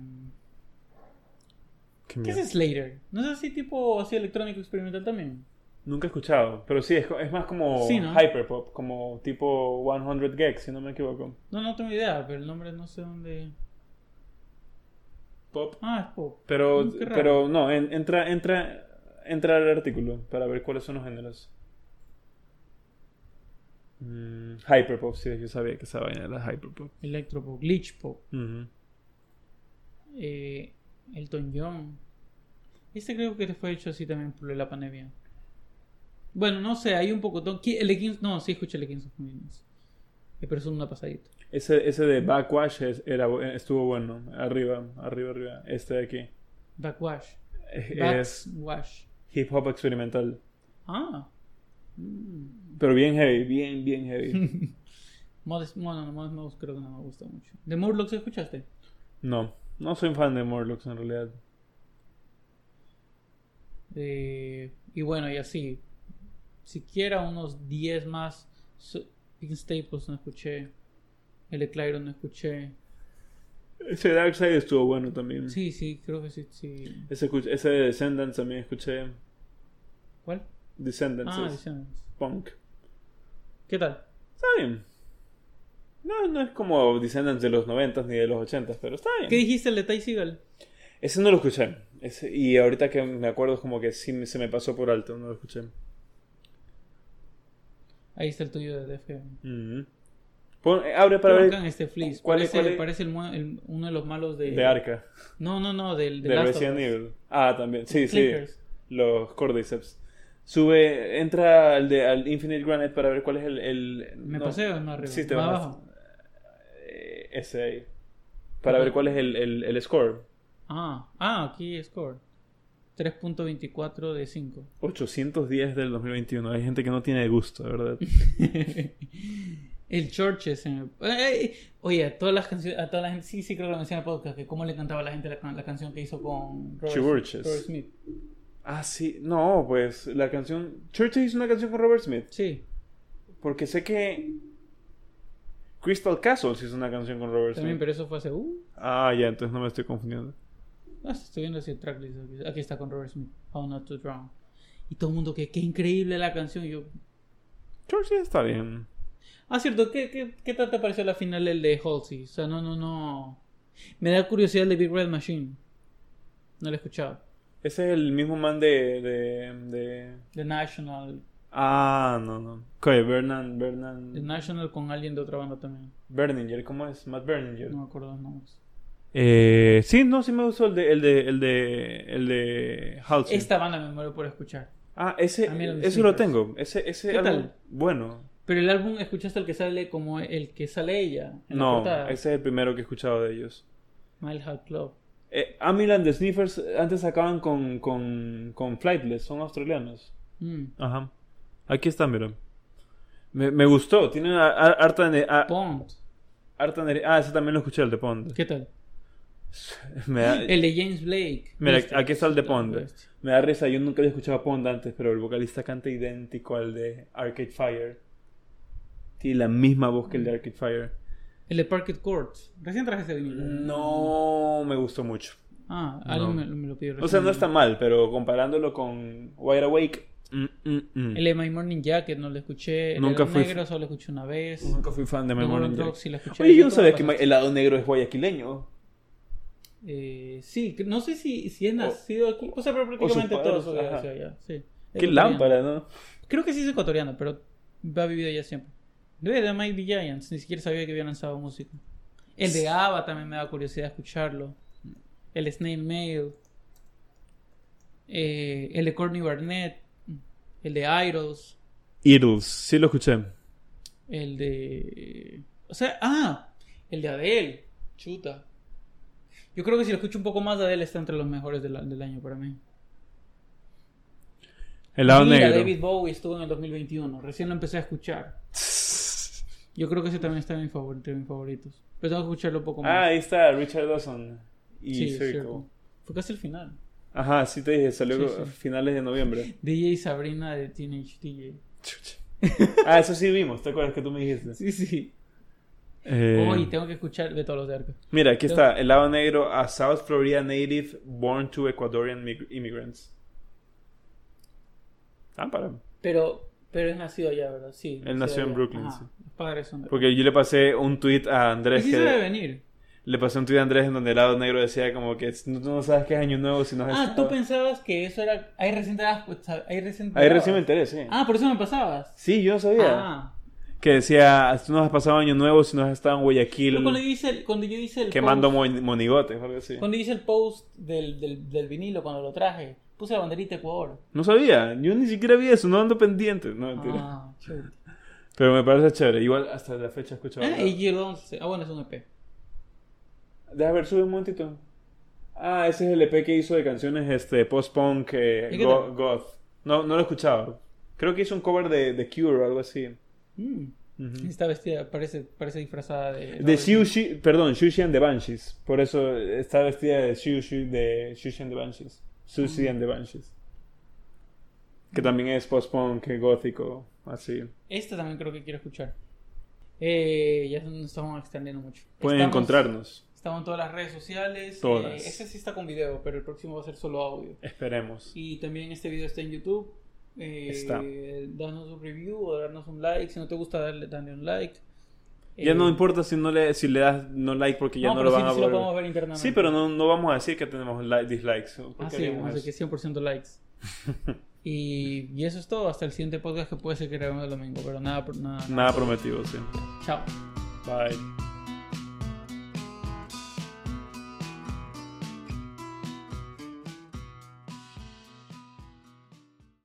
Qué
¿Qué
miedo.
es Slater? ¿No es así tipo así electrónico experimental también?
Nunca he escuchado, pero sí, es, co- es más como
Sí, ¿no?
hyperpop, como tipo 100 Gex, si no me equivoco.
No, no tengo idea, pero el nombre no sé dónde.
Pop.
Ah, es pop.
Pero,
Mm, qué raro.
pero no, en- entra, entra, entra al artículo para ver cuáles son los géneros. Mm, hyperpop, sí, yo sabía que esa vaina era hyperpop.
Electropop, glitch pop.
Ujú.
Eh, Elton John. Este creo que fue hecho así también por la pandemia. Bueno, no sé, hay un poco. El de Kings- no, sí escuché el de Kings of Millions. Eh, Pero es una pasadita.
ese, ese de Backwash es- era, bu- eh, estuvo bueno, arriba, arriba, arriba. Este de aquí
Backwash.
es, es
Backwash.
hip hop experimental,
Ah. Mm.
pero bien heavy, bien, bien heavy.
Modest, bueno, no, Modest Mouse creo que no me gusta mucho. ¿De Murlocs escuchaste?
no, no soy fan de Morlocks en realidad.
Eh, y bueno, y así. Siquiera unos 10 más. So- Pink Staples no escuché. El de Clyron no escuché.
Ese Darkseid estuvo bueno también.
Sí, sí, creo que sí. sí.
Ese, escu- ese de Descendants también escuché.
¿Cuál?
Descendants
Ah,
es
Descendants.
punk.
¿Qué tal?
Está bien. No, no es como Descendants de los 90 ni de los 80, pero está bien.
¿Qué dijiste el de Ty Seagal?
Ese no lo escuché. Ese- y ahorita que me acuerdo es como que sí me- se me pasó por alto, no lo escuché.
Ahí está el tuyo de Def Jam.
Ujú. Pon- eh, abre para
Pero
ver
este Fleece.
¿Cuál es-
parece,
cuál es?
parece el mu- el- uno de los malos de.
de Arca,
No, no, no, del de
de Resident Evil. Ah, también. Sí, sí.
Clickers.
Los Cordyceps. Sube, entra al, de, al Infinite Granite para ver cuál es el. el-
¿Me
no,
pasé o no arriba?
Sí, te
Más
bajaste.
abajo.
eh, Ese ahí. Para ver cuál es el, el, el score.
Ah, ah, aquí score. 3.24 de 5.
810 del 2021. Hay gente que no tiene gusto, de verdad.
el Churches. en el- Eh, eh, Oye, a todas las canciones, a toda la gente, sí, sí creo que lo mencioné en el podcast, que cómo le cantaba a la gente la, can- la canción que hizo con Robert,
Churches.
Robert Smith.
Ah, sí. No, pues la canción. Churchill hizo una canción con Robert Smith.
Sí,
Porque sé que. Crystal Castles hizo una canción con Robert
también,
Smith.
pero eso fue hace... Uh,
Ah, ya, entonces no me estoy confundiendo.
ah, estoy viendo así el tracklist. Aquí, aquí está con Robert Smith, How Not To Drown. Y todo el mundo, que qué increíble la canción. y yo,
Churchill está bien.
Ah, cierto, ¿qué, qué, qué tal te pareció la final del de Halsey? O sea, no, no, no. Me da curiosidad el de Big Red Machine. No lo he escuchado.
Ese es el mismo man de. de, de-
The National.
Ah, no, no. Oye, Bernan. Bernan.
The National con alguien de otra banda también.
Berninger, ¿cómo es? Matt Berninger.
No me acuerdo los nombres.
Eh, sí, no, sí me gustó el de. El de. El de. El de Halsey.
Esta banda me muero por escuchar.
Ah, ese.
A mí eran
Ese lo
sneakers.
tengo. Ese. ese
¿Qué
álbum-
tal?
Bueno.
Pero el álbum escuchaste el que sale como el que sale ella. En la
No,
portada.
ese es el primero que he escuchado de ellos.
Mile High Club.
Eh, Amiland de Sniffers eh, antes acaban con, con, con Flightless, son australianos.
Mm.
Ajá. Aquí está, mira. Me, me gustó, tienen a- a- harta ene- a-
Pond.
harta ene- Ah, ese también lo escuché, el de Pond.
¿Qué tal?
Me da,
El de James Blake. Este,
Mira,
Bestia.
aquí está el de Pond.
Bestia.
me da risa, yo nunca había escuchado a Pond antes, pero el vocalista canta idéntico al de Arcade Fire. Tiene la misma voz que el de Arcade Fire.
El de Parket Court. Recién traje ese vinilo.
No me gustó mucho.
Ah, alguien
No.
me, me lo pidió.
O sea,
recién.
no está mal, pero comparándolo con Wide Awake. mm, mm, mm.
El de My Morning Jacket no lo escuché. El
Nunca
Nunca
fui-
negro solo lo escuché una vez.
Nunca fui fan de My
Don't
Morning
Run
Jack.
Rock sí la escuché.
Oye, yo
¿Tú
no sabía
la
que ma-
pasaste?
el lado negro es guayaquileño.
Eh, sí, que- no sé si, si es nacido aquí. O sea, pero
sus
prácticamente
padres,
todos son de
ajá.
allá. Sí.
Qué
Ecuatoriano.
lámpara, ¿no?
Creo que sí es ecuatoriano, pero va vivido allá siempre. Ve, de Mighty Giants. Ni siquiera sabía que había lanzado música. El de Ava también me da curiosidad escucharlo. El de Snail Mail. Eh, el de Courtney Barnett. El de Idols.
Idols, sí lo escuché.
El de. O sea, ah, el de Adele. Chuta. Yo creo que si lo escucho un poco más, Adele está entre los mejores del, del año para mí.
El lado
Mira,
negro.
David Bowie estuvo en el 2021. Recién lo empecé a escuchar. Yo creo que ese también está en mi favor- entre mis favoritos. Pero tengo que escucharlo un poco más.
Ah, ahí está Richard Dawson y
Sí,
Circle.
Circle. Fue casi el final.
Ajá, sí te dije, salió
Sí, sí.
a finales de noviembre.
DJ Sabrina de Teenage DJ.
ah, eso sí vimos, ¿te acuerdas que tú me dijiste?
Sí, sí.
Eh,
Hoy tengo que escuchar de todos los de Arca.
Mira, aquí está, el lado negro a South Florida native born to Ecuadorian mig- immigrants. Lámpara.
Pero, pero es nacido allá, ¿verdad? Sí.
Él nació en
allá.
Brooklyn,
Ajá,
sí.
Los padres son de
Porque yo le pasé un tweet a
Y
Andrés
sí
que...
se debe venir.
Le pasé un tweet a Andrés en donde el lado negro decía como que "No- tú no sabes qué es año nuevo si no es
Ah,
esto".
tú pensabas que eso era. Ahí recién te dabas cuenta- Ahí recién te
Ahí
dabas.
recién me enteré, sí.
Ah, por eso me pasabas.
Sí, yo no sabía.
Ah,
Que decía, tú no has pasado año nuevo si no has estado en
Pero cuando yo
Guayaquil
hice el, cuando yo hice el
quemando
post,
mon- monigotes o algo así.
cuando yo hice el post del, del, del vinilo cuando lo traje, puse la banderita de Ecuador.
No sabía, yo ni siquiera vi eso, no ando pendiente. No, mentira.
Ah, chuta.
Pero me parece chévere, igual hasta la fecha he escuchado.
Ah,
hablar.
y el 11. Ah, bueno, es un EP.
Deja ver, sube un momentito. Ah, ese es el EP que hizo de canciones este, post-punk, eh,
¿Y qué
go-
tal?
goth. No, no lo he escuchado. Creo que hizo un cover de The Cure o algo así.
Mm.
Ujú.
Está vestida, parece, parece disfrazada de.
De Shushi, perdón, Shushi and the Banshees. Por eso está vestida de Shushi, de Shushi and the Banshees. Sushi and the Banshees. Que también es post-punk, gótico, así.
Esta también creo que quiero escuchar. Eh, ya nos estamos extendiendo mucho.
Pueden
Estamos-
encontrarnos,
Estamos en todas las redes sociales.
Todas.
Eh, este sí está con video, pero el próximo va a ser solo audio.
esperemos.
Y también este video está en YouTube. Eh,
Está.
Danos un review o darnos un like. Si no te gusta, darle, dale un like.
Ya
Eh,
no importa si no le, si le das no like porque ya no,
pero
lo
sí-
van a
sí
volver.
podemos ver internamente.
Sí, pero no, no vamos a decir que tenemos like, dislikes. ¿Por
Ah,
qué
sí,
haríamos
no sé
eso?
que 100% likes. Y, y eso es todo. Hasta el siguiente podcast que puede ser que grabemos el domingo. Pero nada, nada.
Nada prometido, sí.
Chao.
Bye.